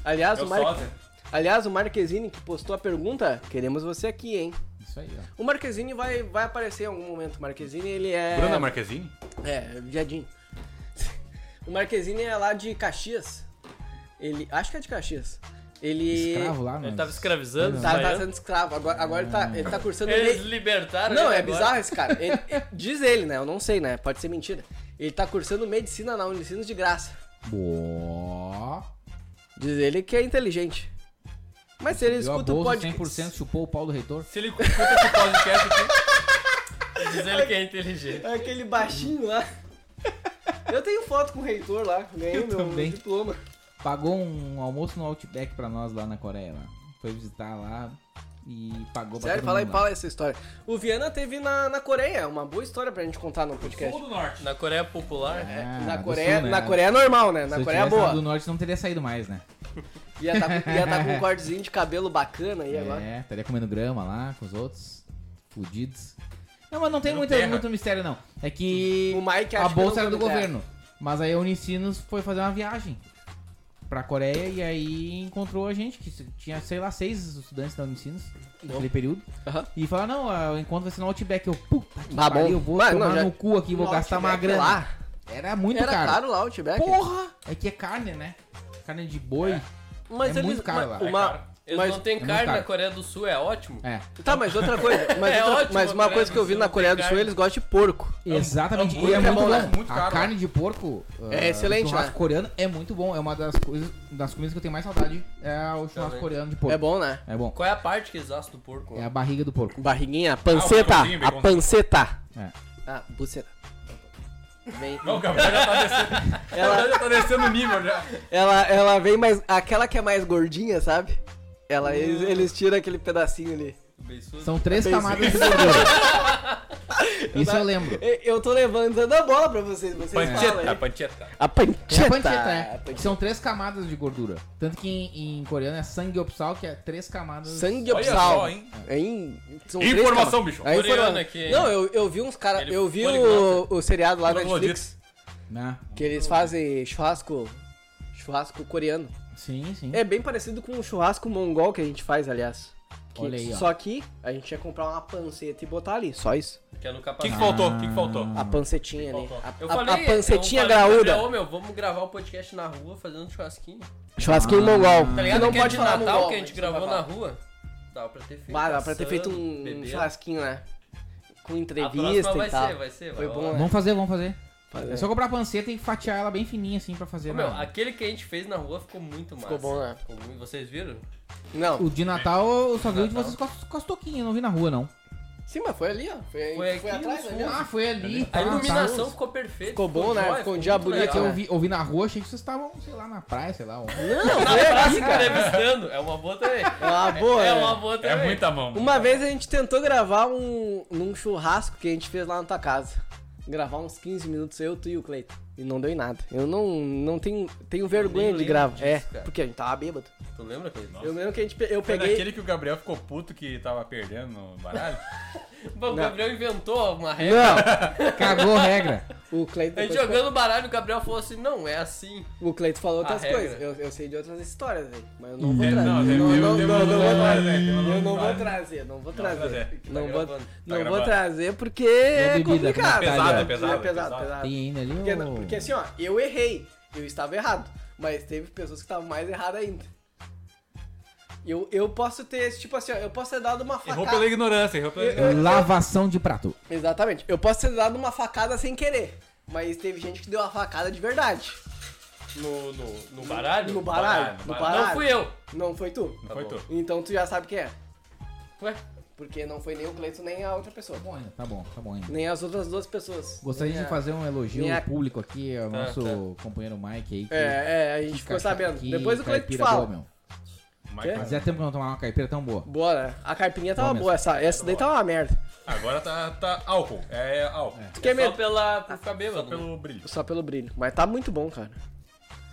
B: Aliás,
A: É
B: o
A: o
B: Mar...
A: sósia.
B: Aliás, o Marquezine que postou a pergunta, queremos você aqui, hein?
C: Isso aí, ó.
B: O Marquezine vai, vai aparecer em algum momento. O Marquezine, ele é.
A: Bruna Marquezine?
B: É, viadinho. O Marquezine é lá de Caxias. Ele. Acho que é de Caxias. Ele.
C: Escravo lá, mano.
D: Ele tava escravizando, os
B: Tá, tá
D: baianos.
B: sendo escravo. Agora, agora ele, tá, ele tá cursando.
D: Eles
B: direito.
D: libertaram
B: Não,
D: ele
B: é
D: agora.
B: bizarro esse cara. Ele- ele- diz ele, né? Eu não sei, né? Pode ser mentira. Ele tá cursando medicina na Unicinos de graça.
C: Boa.
B: Diz ele que é inteligente. Mas se ele
C: Deu a
B: escuta o
C: bolsa
B: podcast.
C: 100%, chupou o pau do reitor.
D: Se ele escuta esse podcast aqui, diz ele que é inteligente.
B: É Aquele baixinho lá. Eu tenho foto com o reitor lá. Ganhei o meu
C: também.
B: diploma.
C: Pagou um almoço no Outback pra nós lá na Coreia. Lá. Foi visitar lá e pagou pra
B: Sério,
C: todo
B: fala aí,
C: mundo lá.
B: fala essa história. O Viana teve na, na Coreia. É Uma boa história pra gente contar no podcast.
A: Sul do Norte.
D: Na Coreia Popular,
C: Ah,
B: na
C: do
B: Coreia,
C: Sul, né?
B: na Coreia é normal, né?
C: Se
B: Na
C: eu
B: Coreia é
C: tivesse
B: boa.
C: lá do Norte não teria saído mais, né?
B: Ia tá, com- ia tá com um cortezinho de cabelo bacana aí agora.
C: É, estaria comendo grama lá com os outros. Fudidos. Não, mas não tem
A: Comendo
C: muita,
A: terra.
C: muito mistério, não. É que
B: O Mike acha
C: a
B: que
C: bolsa
B: não
C: era do
B: come terra.
C: governo. Mas aí a Unicinos foi fazer uma viagem pra Coreia e aí encontrou a gente, que tinha, sei lá, seis estudantes da Unicinos naquele período.
B: Aham.
C: E falaram, não, ah, o encontro vai ser no Outback. Eu, puta que
B: Tá
C: pariu,
B: bom.
C: eu vou
B: Mas,
C: tomar
B: não, já-
C: no cu aqui, vou
B: No
C: gastar uma
B: Outback
C: grana.
B: lá.
C: Era muito
B: Era
C: caro.
B: caro né, lá o Outback.
C: Porra! É que é carne, né? Carne de boi.
B: Mas
C: É
B: eles,
C: muito caro lá.
B: uma-
A: É caro.
D: eles
B: mas-
D: não têm
C: muito
D: carne na
C: caro.
D: Coreia do Sul, é ótimo.
C: É.
B: Tá, mas outra coisa. Mas,
D: É
B: outra-
D: ótimo,
B: mas uma
D: André,
B: coisa que eu vi
D: você
B: na
D: não
B: Coreia do
D: tem
B: Sul,
D: carne.
B: eles gostam de porco.
C: Exatamente.
B: um
A: hambúrguer
C: E é
A: é
C: muito
A: bom,
C: bom.
A: né? Muito
C: a
A: caro,
C: carne de porco.
B: É excelente,
C: O churrasco
B: né?
C: coreano é muito bom. É uma das coisas, das comidas que eu tenho mais saudade. É o churrasco
D: Também.
C: coreano de porco.
B: É bom, né?
C: É bom.
D: Qual é a parte que eles assam do porco?
C: É a barriga do porco.
B: Barriguinha, panceta.
A: baconzinho,
B: a
A: baconzinho.
B: panceta.
C: É.
B: Ah, buceta. Vem.
A: Não, o Gabriel já tá descendo.
B: Ela,
A: já tá descendo o nível já.
B: ela, ela vem mais. Aquela que é mais gordinha, sabe?
C: Hum.
B: Ela, eles, eles tiram aquele pedacinho ali.
D: Beiçudo.
C: São três camadas de gordura. Isso eu lembro.
B: E- Eu tô levantando a bola pra vocês, vocês falam aí.
A: pancheta.
B: A
C: É
B: pancheta.
C: a pancheta, é.
B: A
C: Que
B: pancheta.
C: São três camadas de gordura. Tanto que em, em coreano é sangueopsal, que é três camadas.
B: Sangue
A: Olha
B: opsal.
A: só, hein?
B: É em- são três
A: Informação,
B: caras.
A: bicho.
B: É
D: Coreano
B: informação.
D: aqui.
B: Não, eu, eu vi uns caras.
D: Ele né?
B: Eu vi o,
D: poliglota.
B: o seriado lá na Netflix.
A: Troglodita.
C: Né?
B: Que eles fazem churrasco. Churrasco coreano.
C: Sim,
A: Hum?
C: sim.
B: É bem parecido com o churrasco mongol que a gente faz, aliás. Que-
C: Olha aí, ó.
B: Só que a gente ia comprar uma panceta e botar ali, só isso.
D: Que é
A: O
D: no
A: que,
D: capacete.
A: que faltou? O que, que faltou?
B: A pancetinha ali. A,
D: Eu
B: a-
D: falei,
B: a pancetinha
D: eu falei pro
B: graúda.
D: Gabriel, "Ô, meu, vamos gravar o podcast na rua fazendo um churrasquinho.
A: Ah.
B: Churrasquinho mongol.
D: Tá ligado?
B: não
D: que é
B: pode
D: de
B: falar
D: Natal
B: mongol,
D: que a
B: mas
D: gente
B: não vai
D: gravou na
B: falar.
D: rua. Dá pra ter feito.
B: Bah, dá pra ter feito
D: assando,
B: um
D: bebendo.
B: churrasquinho, né? Com
D: A
B: entrevista
D: próxima vai
B: e tal.
D: ser, vai ser.
B: Foi
D: vai
B: bom,
D: rolar.
B: né?
C: Vamos fazer, vamos fazer.
B: Fazer.
C: É só comprar a panceta e fatiar ela bem fininha assim pra fazer.
D: Ô, Meu,
C: na-
D: aquele que a gente fez na rua ficou muito massa.
B: Ficou bom, né?
D: Ficou muito- Vocês viram?
B: Não.
C: O de Natal eu só vi o de
D: Natal.
C: vocês com as, com as toquinhas, não vi na rua, não.
B: Sim, mas foi ali, ó. Foi,
D: Foi aqui
B: atrás,
D: no
B: ali, ó.
C: Ah, foi ali.
D: A
C: tá,
D: iluminação
C: tá.
D: ficou perfeita.
B: Ficou bom, né?
D: jóia,
B: Ficou um dia
D: muito
B: bonito,
C: É que
D: legal.
C: eu vi, eu vi na rua, achei que vocês estavam, sei lá, na praia, sei lá. um- onde.
B: Não, foi aqui, cara.
D: Entrevistando. É uma boa também.
B: É uma boa.
D: É
B: né?
D: uma boa
A: É
D: também.
A: muita mão.
B: Uma vez a gente tentou gravar um num churrasco que a gente fez lá na tua casa. Gravar uns 15 minutos, eu, tu e o Cleiton. E não deu em nada. Eu não, não tenho, tenho vergonha de
D: lembro
B: gravar.
D: disso,
B: é,
D: cara.
B: porque a gente tava bêbado.
D: Tu lembra, Cleiton?
B: Eu lembro que a gente, pe- eu
A: Foi
B: peguei. Tá
A: naquele que o Gabriel ficou puto que tava perdendo no baralho?
D: Bom, o Gabriel inventou uma regra.
C: Não! Cagou regra.
B: O Cleiton
D: A gente
B: depois
D: jogando baralho, o Gabriel falou assim: não, é assim.
B: O Cleito falou outras
D: A regra.
B: coisas. Eu, eu sei de outras histórias, velho. Mas eu não vou
G: É,
B: trazer.
H: não, tem-
B: Eu
H: tem-
B: não- não-
H: tem
B: não
H: umas
B: vou
H: histórias,
B: trazer.
H: né? Tem umas
B: Eu não vou
H: histórias.
B: trazer, não vou
H: vai
B: trazer.
H: trazer. Tá
B: Não vou,
D: gravando. Tá
B: não vou
H: gravando.
B: trazer porque
C: É
B: é
C: bebida,
B: complicado.
C: é pesado,
B: cara.
C: é
H: pesado,
B: É
H: é
B: pesado,
H: pesado.
B: pesado.
C: Tem ainda ali um
B: Porque,
C: ou...
B: porque assim, ó, eu errei. Eu estava errado. Mas teve pessoas que estavam mais erradas ainda. Eu, eu posso ter, tipo assim, ó, eu posso ter dado uma
H: Errou pela
B: facada.
H: ignorância, errou pela
B: Eu-
H: ignorância.
C: Lavação de prato.
B: Exatamente. Eu posso ter dado uma facada sem querer. Mas teve gente que deu a facada de verdade.
D: No, no, no baralho?
B: No baralho.
H: baralho,
B: No
H: baralho.
B: baralho.
D: Não fui eu.
B: Não foi tu.
H: Não foi
D: bom.
H: tu.
B: Então tu já sabe quem é.
D: Ué?
B: Porque não foi nem o Cleiton, nem a outra pessoa.
C: Bom ainda, tá bom, tá bom ainda.
B: Nem as outras duas pessoas.
C: Gostaria
B: Nem
C: de
B: a-
C: fazer um elogio
B: minha-
C: ao público aqui, ao
D: Ah,
C: nosso companheiro Mike aí. que-
B: É, é, a gente
C: que
B: ficou
C: ca-
B: sabendo.
C: que
B: Depois o Cleiton te
C: caipira
B: fala. É.
C: boa, meu.
H: Mas
B: Quê?
C: Fazia tempo que eu não tomava uma caipira tão boa.
B: Bora. né? A carpinha tava
C: Boa mesmo.
B: boa, essa, essa daí tava uma merda.
H: Agora tá, tá álcool. É álcool.
B: Tu
D: É
B: quer
D: só
B: medo? Ah,
D: pela, por ficar bêbado. né?
H: Pelo brilho.
B: Só pelo brilho. Mas tá muito bom, cara.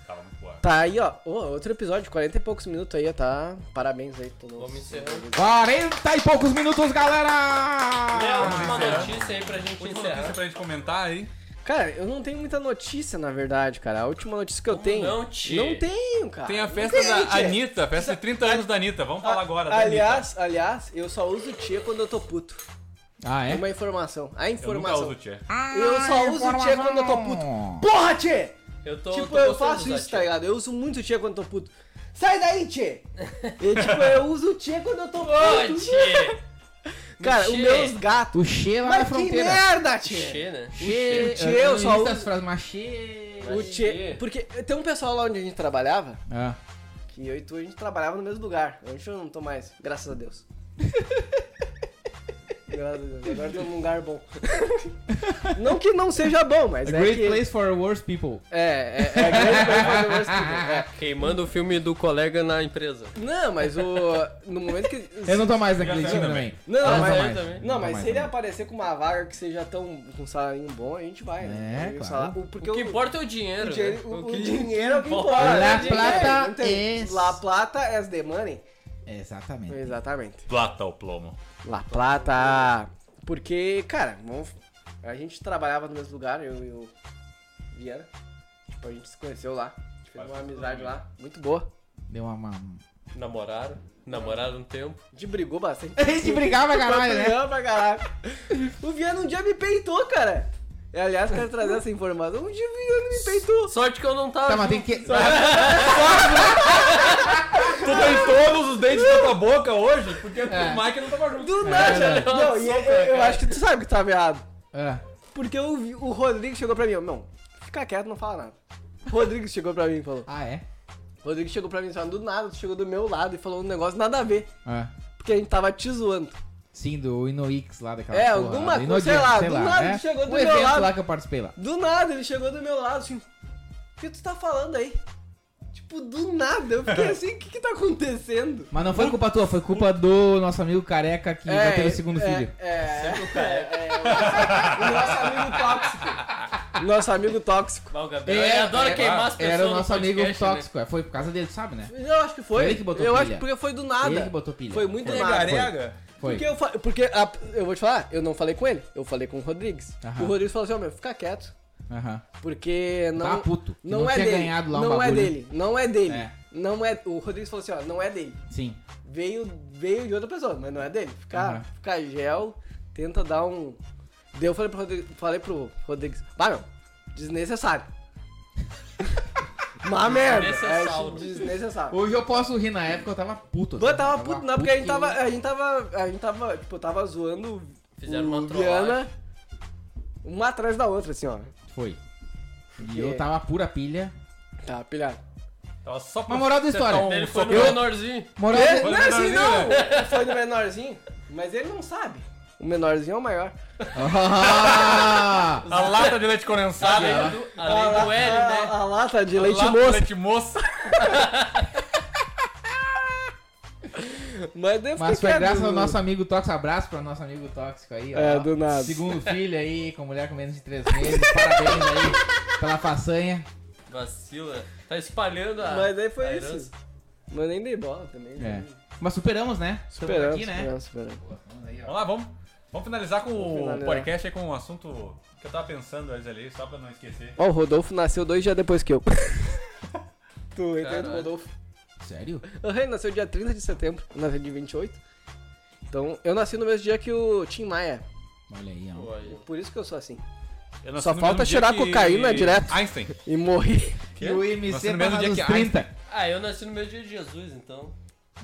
H: Tava muito boa.
B: Tá aí, ó. Ô, outro episódio, 40 e poucos minutos aí, ó, tá? Parabéns aí, todos.
D: Vamos encerrando.
C: 40 e poucos minutos, galera!
D: É a última notícia aí pra gente
H: Última notícia
D: encerrar.
H: pra gente comentar aí.
B: Cara, eu não tenho muita notícia, na verdade, cara. A última notícia que eu
D: Como
B: tenho.
D: não, tchê?
B: Não tenho, cara.
H: Tem a
B: Não
H: festa
B: tenho,
H: da
B: tchê.
H: Anitta, a festa de 30 anos da Anitta. Vamos falar agora. da
B: Aliás, aliás, eu só uso tia quando eu tô puto.
C: Ah, é? Ah,
B: Uma informação. A
H: Anitta. eu nunca
B: informação.
H: uso tchê.
B: Eu só uso tia quando eu tô puto. Porra, tchê!
D: Eu tô,
B: tipo,
D: tô
B: eu
D: gostando
B: faço
D: da
B: isso,
D: tia.
B: tá ligado? Eu uso muito tia quando eu tô puto. Sai daí, tchê! Eu, tipo, eu uso tia quando eu tô
D: Ô,
B: puto.
D: tchê!
B: Cara, os
D: Tchê.
B: meus gatos.
C: O Che lá na
B: Mas que
C: fronteira.
B: merda, tchê!
D: Tchê, né?
C: Che,
B: Che, eu só
C: analiso
B: uso-
C: as frases, mas che...
B: O tchê. Porque tem um pessoal lá onde a gente trabalhava,
C: Ah,
B: que eu e tu a gente trabalhava no mesmo lugar. Hoje eu não tô mais, graças a Deus. graças a Deus. Agora tô num lugar bom. não que não seja bom, mas
C: a
B: é
C: great
B: que...
C: place for worse people.
B: É, é, é a grande coisa pra fazer o worst people, é.
D: Queimando o filme do colega na empresa.
B: Não, mas o. No momento que.
C: Eu não tô mais naquele
H: Eu
C: time
H: também.
C: também.
B: Não,
C: Eu
B: não, mas-
C: tô
D: eu também.
B: Não,
C: Eu tô
B: mas
C: mais
B: se ele
C: também.
B: aparecer com uma vaga que seja tão com um salarinho bom, a gente vai, né? E
C: É,
B: o
C: claro.
B: salário- o- porque
D: O que
B: o-
D: importa é o dinheiro.
B: o
D: né?
B: dinheiro, o- o
D: que-
B: dinheiro é o que
D: importa.
B: importa.
C: La
B: né? Dinheiro,
C: plata
B: não tem-
C: es-
B: La plata es the money.
C: Exatamente.
B: Exatamente.
H: Plata ou plomo.
B: La plata. Porque, cara, vamos- a gente trabalhava no mesmo lugar, eu e o Viana. Tipo, a gente se conheceu lá. A gente fez
H: Faz
B: uma
H: tempo
B: amizade
H: também.
B: lá. Muito boa.
C: Deu uma... uma...
D: Namoraram. Namoraram um tempo.
B: A gente brigou bastante.
C: A gente brigava, caralho, né?
B: Brigamos pra caralho. O Viana um dia me peitou, cara. Eu, aliás, quero trazer essa informação. Um dia o Viana me peitou.
D: Sorte que eu não tava.
C: Tá, mas tem que...
H: né? Tu
B: Ah.
H: tem todos os dentes na tua boca hoje?
B: É.
H: Porque o Mike não tava junto.
B: Do
C: É.
B: nada.
D: É. cara.
B: Não, e eu, eu- eu acho que tu sabe que tava errado.
C: Ah,
B: Porque o, Vi- o Rodrigo chegou pra mim. eu, Não, fica quieto, não fala nada. O Rodrigo chegou pra mim e falou.
C: Ah, é?
B: O Rodrigo chegou pra mim e falou, do nada, tu chegou do meu lado e falou um negócio nada a ver.
C: Ah.
B: Porque a gente tava te zoando.
C: Sim, do Inoix lá daquela
B: É,
C: porra,
B: alguma
C: do
B: coisa,
C: Inodian,
B: sei lá, do nada
C: né?
B: chegou do
C: o
B: meu
C: evento
B: lado.
C: lá que eu participei lá.
B: Do nada, ele chegou do meu lado, assim, o que tu tá falando aí? Tipo, do nada, eu fiquei assim, o que que tá acontecendo?
C: Mas não foi culpa tua, foi culpa do nosso amigo careca que vai ter o segundo
B: é,
C: filho.
B: É, é, é, o nosso, o nosso amigo tóxico. Nosso amigo tóxico.
D: Mas o Gabriel,
B: É,
D: ele adora queimar as pessoas.
C: Era o
D: no
C: nosso
D: podcast,
C: amigo
D: né?
C: tóxico, é, foi por causa dele, sabe, né?
B: Eu acho que foi.
C: Ele que botou
B: Eu
C: pilha.
B: acho que porque foi do nada.
C: Ele que botou pilha.
B: Foi muito do
H: Ele é
B: nada.
H: Garega?
C: Foi.
B: Porque, eu, fa- porque a- eu vou te falar, eu não falei com ele, eu falei com o Rodrigues.
C: Aham.
B: O Rodrigues falou assim, ó, meu, fica quieto,
C: Aham.
B: porque não...
C: Tava puto, que
B: Não,
C: não
B: é
C: tinha
B: dele,
C: ganhado lá um
B: não é
C: bagulho.
B: dele, não é dele,
C: É.
B: não é... O Rodrigues falou assim, ó, não é dele.
C: Sim.
B: veio, veio de outra pessoa, mas não é dele. Fica,
C: Aham.
B: fica gel, tenta dar um. Daí eu falei pro Rodrigues, falei pro Rodrigues, vai meu, desnecessário. Uma merda,
D: Desnecessário.
B: acho desnecessário.
C: Hoje eu posso rir na época, eu tava puto.
B: Eu tava puto, não, porque a gente
C: que eu-
B: tava, a gente tava, a gente tava, tipo, eu tava zoando
D: Fizeram
B: o
D: uma
B: Viana,
D: trollagem.
B: uma atrás da outra, assim, ó.
C: Foi. E eu tava pura pilha.
B: Tá, pilhado.
H: Tava só pra
C: Mas moral da
H: você
C: história.
H: dar um
D: Ele foi no
H: socão.
D: menorzinho.
C: Moral
B: tá É,
C: da-
B: não
H: do
B: é assim
H: menorzinho,
B: não, foi do menorzinho, mas ele não sabe. O menorzinho é o maior.
C: Ah!
H: A lata de leite
B: Ah,
H: condensado.
D: Além
H: hein?
B: tá.
D: do, Tá além do L,
B: a,
D: né?
B: a lata de leite
H: Lata de
B: moça.
H: Leite moça.
B: Mas, daí eu
C: Mas
B: fiquei
C: foi
B: quieto.
C: graças ao nosso amigo tóxico. Abraço pro nosso amigo tóxico aí. ó.
B: É, do nada.
C: Segundo filho aí, com mulher com menos de 3 meses. Parabéns aí pela façanha.
D: Vacila. Tá espalhando a.
B: Mas daí foi
D: a
B: isso.
D: herança.
B: Mas eu nem dei bola também.
C: É.
B: né?
C: Mas superamos, né? Estamos
B: Esperamos,
C: aqui, né?
B: esperamos, esperamos.
C: Pô, vamos aí, ó.
H: Vamos lá, vamos. Vamos finalizar com
B: Vamos
H: o
B: finalizar.
H: podcast aí com um assunto que eu tava pensando antes ali, só pra não esquecer.
B: Ó, o Rodolfo nasceu dois dias depois que eu. tu entende
D: Caralho.
B: o Rodolfo?
C: Sério?
B: Aham, ele nasceu dia 30 de setembro, eu nasci de 28. Então, eu nasci no mesmo dia que o Tim Maia.
C: Olha aí, ó.
B: Por isso que eu sou assim.
H: Eu nasci
B: Só
H: no
B: falta
H: mesmo dia
B: cheirar
H: que
B: cocaína direto.
H: Einstein.
B: E morri.
C: E o
H: Nasceu
C: IMC
H: no mesmo
C: barra
H: dia
C: dos
H: que
C: 30.
D: Ah, eu nasci no meu dia de Jesus, então.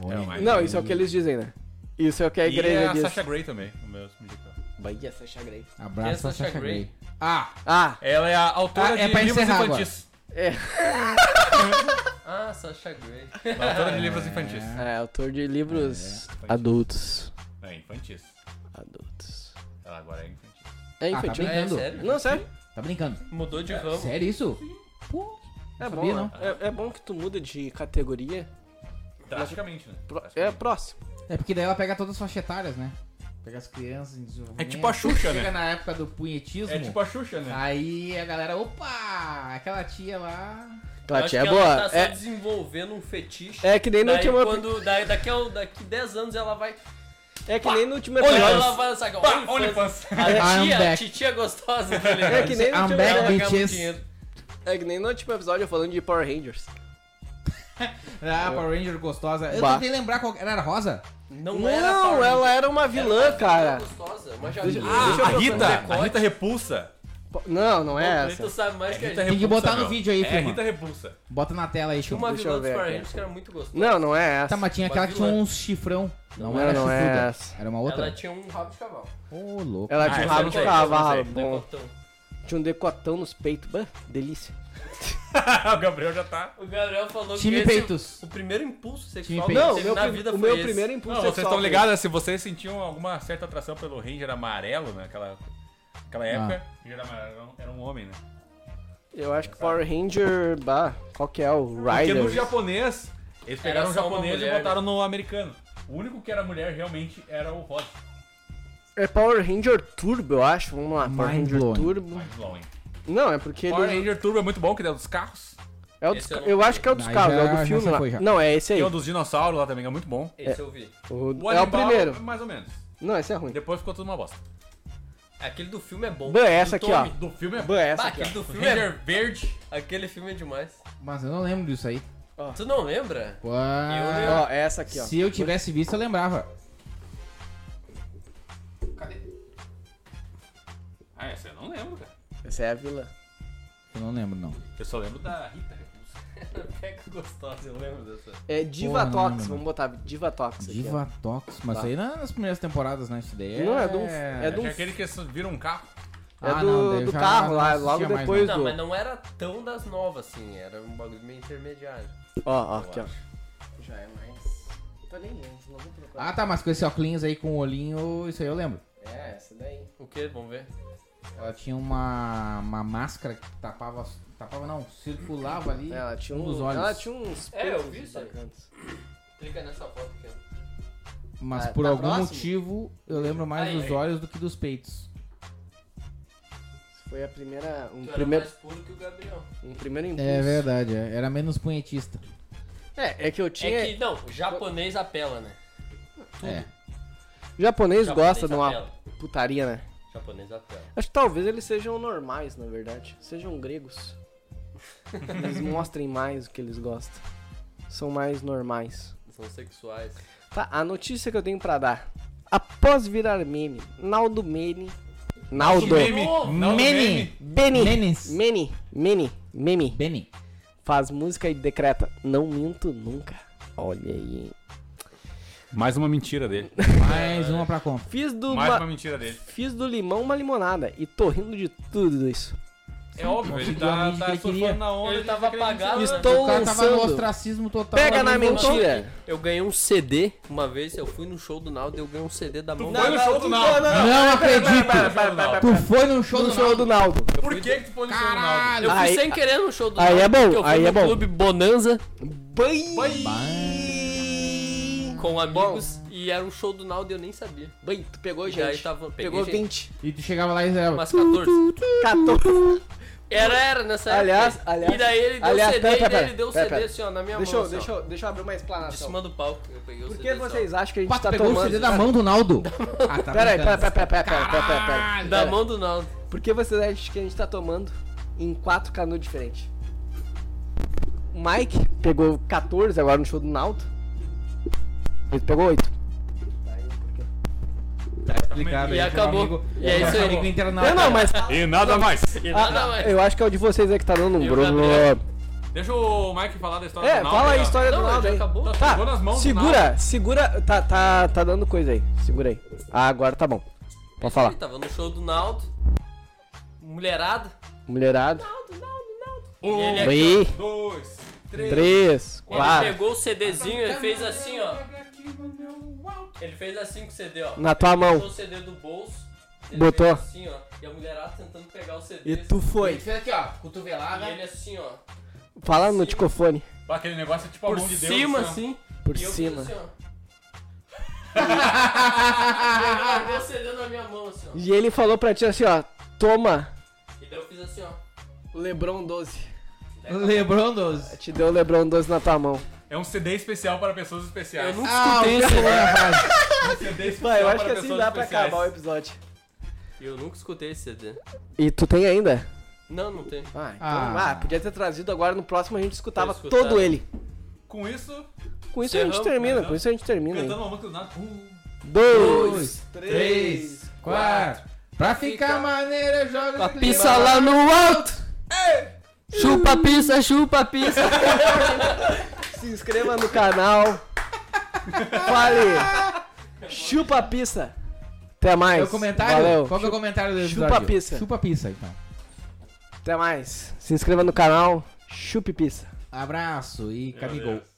C: Olha
H: Não, mas-
B: Não, isso é o que eles dizem, né? Isso é o que a
H: E
B: igreja
H: a
B: diz.
H: Sasha Grey também, o meu musical.
B: Bahia, Sasha Grey.
C: Abraço
D: Quem é
C: pra
D: Sasha
C: Sasha
D: Grey?
C: Grey. Ah,
B: Ah,
H: Ela é a autora
C: Ah, é
H: de
C: pra
H: livros
C: encerrar
H: infantis.
B: é.
D: Ah, Sasha Grey.
H: é Autora de livros infantis.
B: É, autor de livros adultos.
H: É, infantis.
B: Adultos.
H: Ela agora é infantil.
B: É
C: Ah, tá
B: infantil.
C: bem.
D: É,
C: Brincando.
D: sério?
B: Não, sério.
C: tá brincando.
D: Mudou de ramo.
C: Sério isso? Pô,
B: É
C: sabia,
B: bom, né?
C: não.
B: É, é bom que tu muda de categoria.
H: Drasticamente, né?
B: Pro- é próximo.
C: É porque daí ela pega todas as faixas etárias, né? Pega as crianças em desenvolvimento.
H: É tipo a Xuxa,
C: Chega
H: né?
C: na época do punhetismo.
H: É tipo a Xuxa, né?
C: Ah, Aí a galera, opa, aquela tia lá.
D: Eu
B: Clatinha é
D: acho que
B: boa.
D: Ela tá só
B: é,
D: desenvolvendo um fetiche.
B: é que nem no
D: Daí,
B: último.
D: quando, daí, daqui, a, um, daqui 10 anos ela vai.
B: É que nem no último
D: Daí
B: episódio.
D: ela vai sacar.
H: Pá, OnlyFans.
D: A
B: Ah,
C: I'm
D: tia, a
C: back.
D: titia gostosa, tá ligado?
B: um É que nem no
C: I'm
B: último
C: back,
B: episódio.
D: Ela vai ganhar muito
C: bitches.
D: dinheiro.
B: É que nem no último episódio eu falando de Power Rangers.
C: Ah, Power Ranger gostosa. Eu
B: Bah.
C: tentei lembrar qual era. Era rosa?
D: Não,
B: Não,
D: era Power
B: ela
D: Ranger.
B: era uma vilã,
D: Ela tá
B: cara.
D: gostosa, mas já
B: Deixa-
D: Ah,
H: A
B: eu
H: Rita,
D: decote.
H: a Rita Repulsa.
B: Po- Não, não é
D: Tu
B: essa.
D: sabe mais que a
H: Rita
D: gente.
C: Tem que
H: Repulsa,
C: botar no
H: meu.
C: vídeo aí,
H: É,
C: filma.
H: Rita Repulsa.
C: Bota na tela aí,
D: Tinha
C: chama.
D: uma
B: Deixa
D: vilã
B: eu
D: dos
B: ver
D: Power
B: aqui.
D: Rangers que era muito gostosa.
B: Não, não é essa.
C: Tá, mas tinha
D: Uma
C: aquela que tinha
D: vilã.
C: uns chifrão. Não,
B: Não,
C: era
B: não é
C: chifruda.
B: essa.
C: Era uma
D: Ela
H: é
C: outra?
D: tinha um rabo de cavalo.
C: Ô, louco.
B: Ela
H: Ah,
B: tinha um
H: essa
B: rabo
H: eu
B: de
H: sei,
B: cavalo,
H: essa eu sei.
B: bom.
D: Decotão.
B: Tinha um decotão nos peitos. Bah, delícia.
H: o Gabriel já tá.
D: O Gabriel falou
C: Time
D: que esse- é
C: peitos.
D: o primeiro impulso sexual
C: Time
D: que
C: peitos.
B: Não,
D: ele
B: o
D: teve
B: meu,
D: na
B: prim-
D: vida
B: o
D: foi
B: meu
D: esse.
B: primeiro impulso é
H: Não, vocês
B: sexual
H: estão
B: foi-
H: ligados? Se vocês sentiam alguma certa atração pelo Ranger amarelo naquela
C: Ah.
H: naquela época, o Ranger amarelo era um- era um homem, né?
B: Eu acho que Power Ranger. Bah, qual que é? O
H: Porque no
B: Rider.
H: japonês, eles
D: Era
H: pegaram o
D: só uma
H: japonês
D: mulher,
H: e botaram no americano. O único que era mulher realmente era o Rod.
B: É Power Ranger Turbo, eu acho. Vamos lá, Power
C: Mind
B: Ranger
C: blowing.
B: Turbo.
H: Mind blowing.
B: Não, é porque
H: Power
B: ele.
H: Ranger Turbo é muito bom, que é o dos carros.
B: É o
D: Esse
B: dos,
D: eu
B: eu,
D: não
B: acho que é o dos
C: Aí
B: carros,
C: já-
B: é o
C: já
B: do filme
C: se
B: lá.
C: foi já.
B: Não, é esse aí.
H: Tem o dos dinossauros lá também, que é muito bom.
D: Esse eu vi.
B: O-
H: O
B: é o
H: animal,
B: primeiro.
H: mais ou menos.
B: Não, esse é ruim.
H: Depois ficou tudo uma bosta.
D: Aquele do filme é bom.
B: Ban, essa
D: Do
B: aqui, ó.
D: Tommy.
H: Do filme é
B: Bah, essa
D: Bah,
B: aqui,
D: aquele
B: ó.
D: do filme é...
H: Ranger Verde.
D: Aquele filme é demais.
C: Mas eu não lembro disso aí.
D: Tu não lembra?
C: Uau.
D: Eu
B: Ó, é essa aqui, ó.
C: Se eu tivesse visto, eu lembrava.
H: Ah, essa eu não lembro, cara.
B: Essa é a vilã.
C: Eu não lembro, não.
H: Eu só lembro da Rita Repulsa.
D: Peca é gostosa, eu lembro dessa.
B: É Diva
C: Porra, não
B: Tox,
C: lembro,
B: vamos botar Diva Tox aqui. ó.
C: Diva Tox. Mas
B: Tá.
C: isso aí não é nas primeiras temporadas, né? Isso daí é...
B: Não, é do- é do-
H: É aquele que vira um carro.
B: É
C: Ah,
B: do,
C: não, daí eu
B: do
C: já
B: carro
C: não
B: lá,
C: assistia
B: logo
C: mais,
B: depois
D: Não,
B: do.
D: mas não era tão das novas, assim. Era um bagulho meio intermediário.
B: Ó, ó, aqui, ó.
D: Já é mais...
B: Tô nem lembro, não vou procurar.
C: Ah, tá. Mas com esse óculos aí, com o olhinho, isso aí eu lembro.
B: É, essa daí.
D: O que? Vamos ver.
C: Ela tinha uma, uma máscara que tapava... Tapava, não. Circulava ali.
B: Ela tinha
C: um dos
B: uns.
C: olhos.
B: Ela tinha uns.
D: É, eu
B: peitos
D: vi isso aí.
B: bacanas.
D: Clica nessa foto aqui. ó.
C: Mas
B: Ah,
C: por
B: tá
C: algum
B: próximo?
C: motivo, eu lembro mais
D: Aí,
C: dos
D: aí.
C: olhos do que dos peitos.
B: Foi a primeira. Um
D: Tu
B: primeiro,
D: era mais puro que o Gabriel.
B: um primeiro impulso.
C: É verdade, é. era menos punhetista.
B: É, é que eu tinha.
D: É que, não, o japonês apela, né?
C: É.
B: Japonês,
D: Japonês é
B: gosta de uma
D: apela.
B: putaria, né?
D: Japonês apela.
B: Acho que talvez eles sejam normais, na verdade. Sejam gregos. Eles mostrem mais o que eles gostam. São mais normais.
D: São sexuais.
B: Tá, a notícia que eu tenho pra dar. Após virar meme, Naldo Mene. Naldo.
H: Não, meme.
B: Beni.
C: Menes.
B: Mene. Mene. Meme.
C: Benny.
B: Faz música e decreta. Não minto nunca. Olha aí.
H: Mais uma mentira dele.
C: Mais uma pra compra.
B: Fiz do,
H: Mais
B: ma-
H: uma mentira dele.
B: Fiz do limão uma limonada. E tô rindo de tudo isso.
H: É óbvio, ele
C: conseguiu a
H: tá,
C: mídia
H: tá
C: que ele queria.
H: surfando na onda.
D: Ele
H: de
D: tava
H: acreditar.
D: apagado. né?
B: Estou-
C: Ah, O cara tava no
B: lançando.
C: ostracismo total.
B: Pega na
C: Ele voltou.
B: mentira.
D: Eu ganhei um CD uma vez, eu fui no show do Naldo e eu ganhei um CD da mão.
H: Tu
D: do-
H: foi no show do Naldo.
C: Não
H: Para,
C: acredito.
H: para, para, para.
C: Tu foi no show
B: No
C: do
B: show do Naldo.
H: Por que que tu foi no show do Naldo?
C: Caralho.
D: Eu fui
B: Aí-
D: sem querer no show do
B: aí
D: Naldo.
B: é bom,
D: porque eu fui
B: aí
D: no
B: é bom.
D: clube Bonanza
B: Bai.
D: com amigos e era um show do Naldo e eu nem sabia.
B: Bai, tu pegou,
D: E aí
B: gente.
D: tava, peguei,
B: Pegou
D: gente,
B: 20.
C: E tu chegava lá e era...
D: umas 14.
B: 14.
D: Era, era, nessa época.
B: Aliás, aliás-
D: E daí ele deu
B: aliás,
D: CD,
B: pera, pera,
D: e daí
B: pera,
D: ele deu o
B: pera,
D: CD
B: pera.
D: assim, ó, na minha
B: Deixa
D: mão.
B: eu,
D: assim, ó.
B: deixa, eu, deixa eu abrir uma
D: De
B: explanação.
D: cima do palco. Eu peguei o
B: Por
D: CD.
B: que
D: assim, ó.
B: vocês acham que a gente
F: Quatro
B: tá
F: pegou
B: tomando...
F: o CD da mão do Naldo. Ah, tá. brincando.
B: Peraí, peraí, peraí, peraí, peraí, peraí, peraí, peraí, peraí.
D: Da mão do Naldo.
B: Por que vocês acham que a gente tá tomando em quatro canudos diferentes? O Mike pegou 14 agora no show do Naldo. Ele pegou 8.
F: Tá explicado
D: E
F: aí,
D: acabou.
F: meu amigo.
D: E é isso aí.
F: Amigo internauta.
B: Não, não, mas
H: E nada mais.
D: Nada mais.
B: eu acho que é o de vocês aí que tá dando um
D: E o
B: Bruno.
D: Gabriel?
H: Deixa o Mike falar da história
B: É,
H: do Naldo.
B: fala aí a
H: ó.
B: história do
D: Não,
B: Naldo
D: já
B: aí.
D: acabou.
H: Tá,
B: Tá,
H: pegou nas mãos do
B: segura, segura, tá, tá, tá dando coisa aí. Segura aí. Ah, agora tá bom. Pode falar.
D: Ele tava no show do Naldo. Mulherada.
B: Mulherado.
H: Um,
D: E ele aqui,
B: Aí,
H: dois, três.
B: três,
D: Ele
B: quatro.
D: pegou o CDzinho, ele fez assim, ó. Ele fez assim com o CD, ó.
B: Na tua
D: Ele
B: mão.
D: Botou o CD do bolso. ele
B: Botou.
D: fez assim, ó. E a mulherada tentando pegar o CD.
B: E tu
F: Ele
B: foi.
F: fez aqui, ó, cotovelada.
D: E ele assim, ó.
B: Fala no ticofone.
H: Aquele negócio é tipo a
D: Por
H: mão de Deus.
D: cima,
H: né?
D: assim.
B: Por
D: e eu
B: cima.
D: fiz assim, ó. ele largou o CD na minha mão, assim, ó.
B: E ele falou pra ti assim, ó. Toma,
D: E daí eu fiz assim, ó.
B: Lebron 12.
F: Lebron 12.
B: Te deu o Lebron 12 na tua mão.
H: É um CD especial para pessoas especiais.
D: Eu nunca
F: Ah,
D: escutei
F: o
D: esse CD.
H: Um CD especial
B: Vai, eu
H: para
B: acho que assim
H: pessoas
B: dá pra
H: especiais.
B: acabar o episódio.
D: Eu nunca escutei esse CD.
B: E tu tem ainda?
D: Não, não tem.
B: Ah, então, ah.
F: Ah.
B: podia ter trazido agora no próximo a gente escutava
D: Eu escutava.
B: todo ele.
H: Com isso,
B: Com isso a
D: Encerramos,
B: gente termina,
H: né?
B: com isso a gente termina.
H: cantando
B: Hein?
H: uma música do Naldo. Uh,
B: Dois.
F: Dois,
B: três,
F: três, quatro. Pra ficar maneiro, joga esse
D: Pisa
F: livro.
D: lá no alto! Chupa pizza, chupa pizza!
B: Se inscreva no canal. Fale. Chupa a pista. Até
F: É o
B: mais.
F: comentário?
B: Valeu.
F: Qual que é o comentário do
B: chupa
F: episódio?
B: pizza.
F: Chupa pizza, então.
B: Até mais. Se inscreva no canal. Chupe pista.
F: Abraço e camigol.
H: Deus.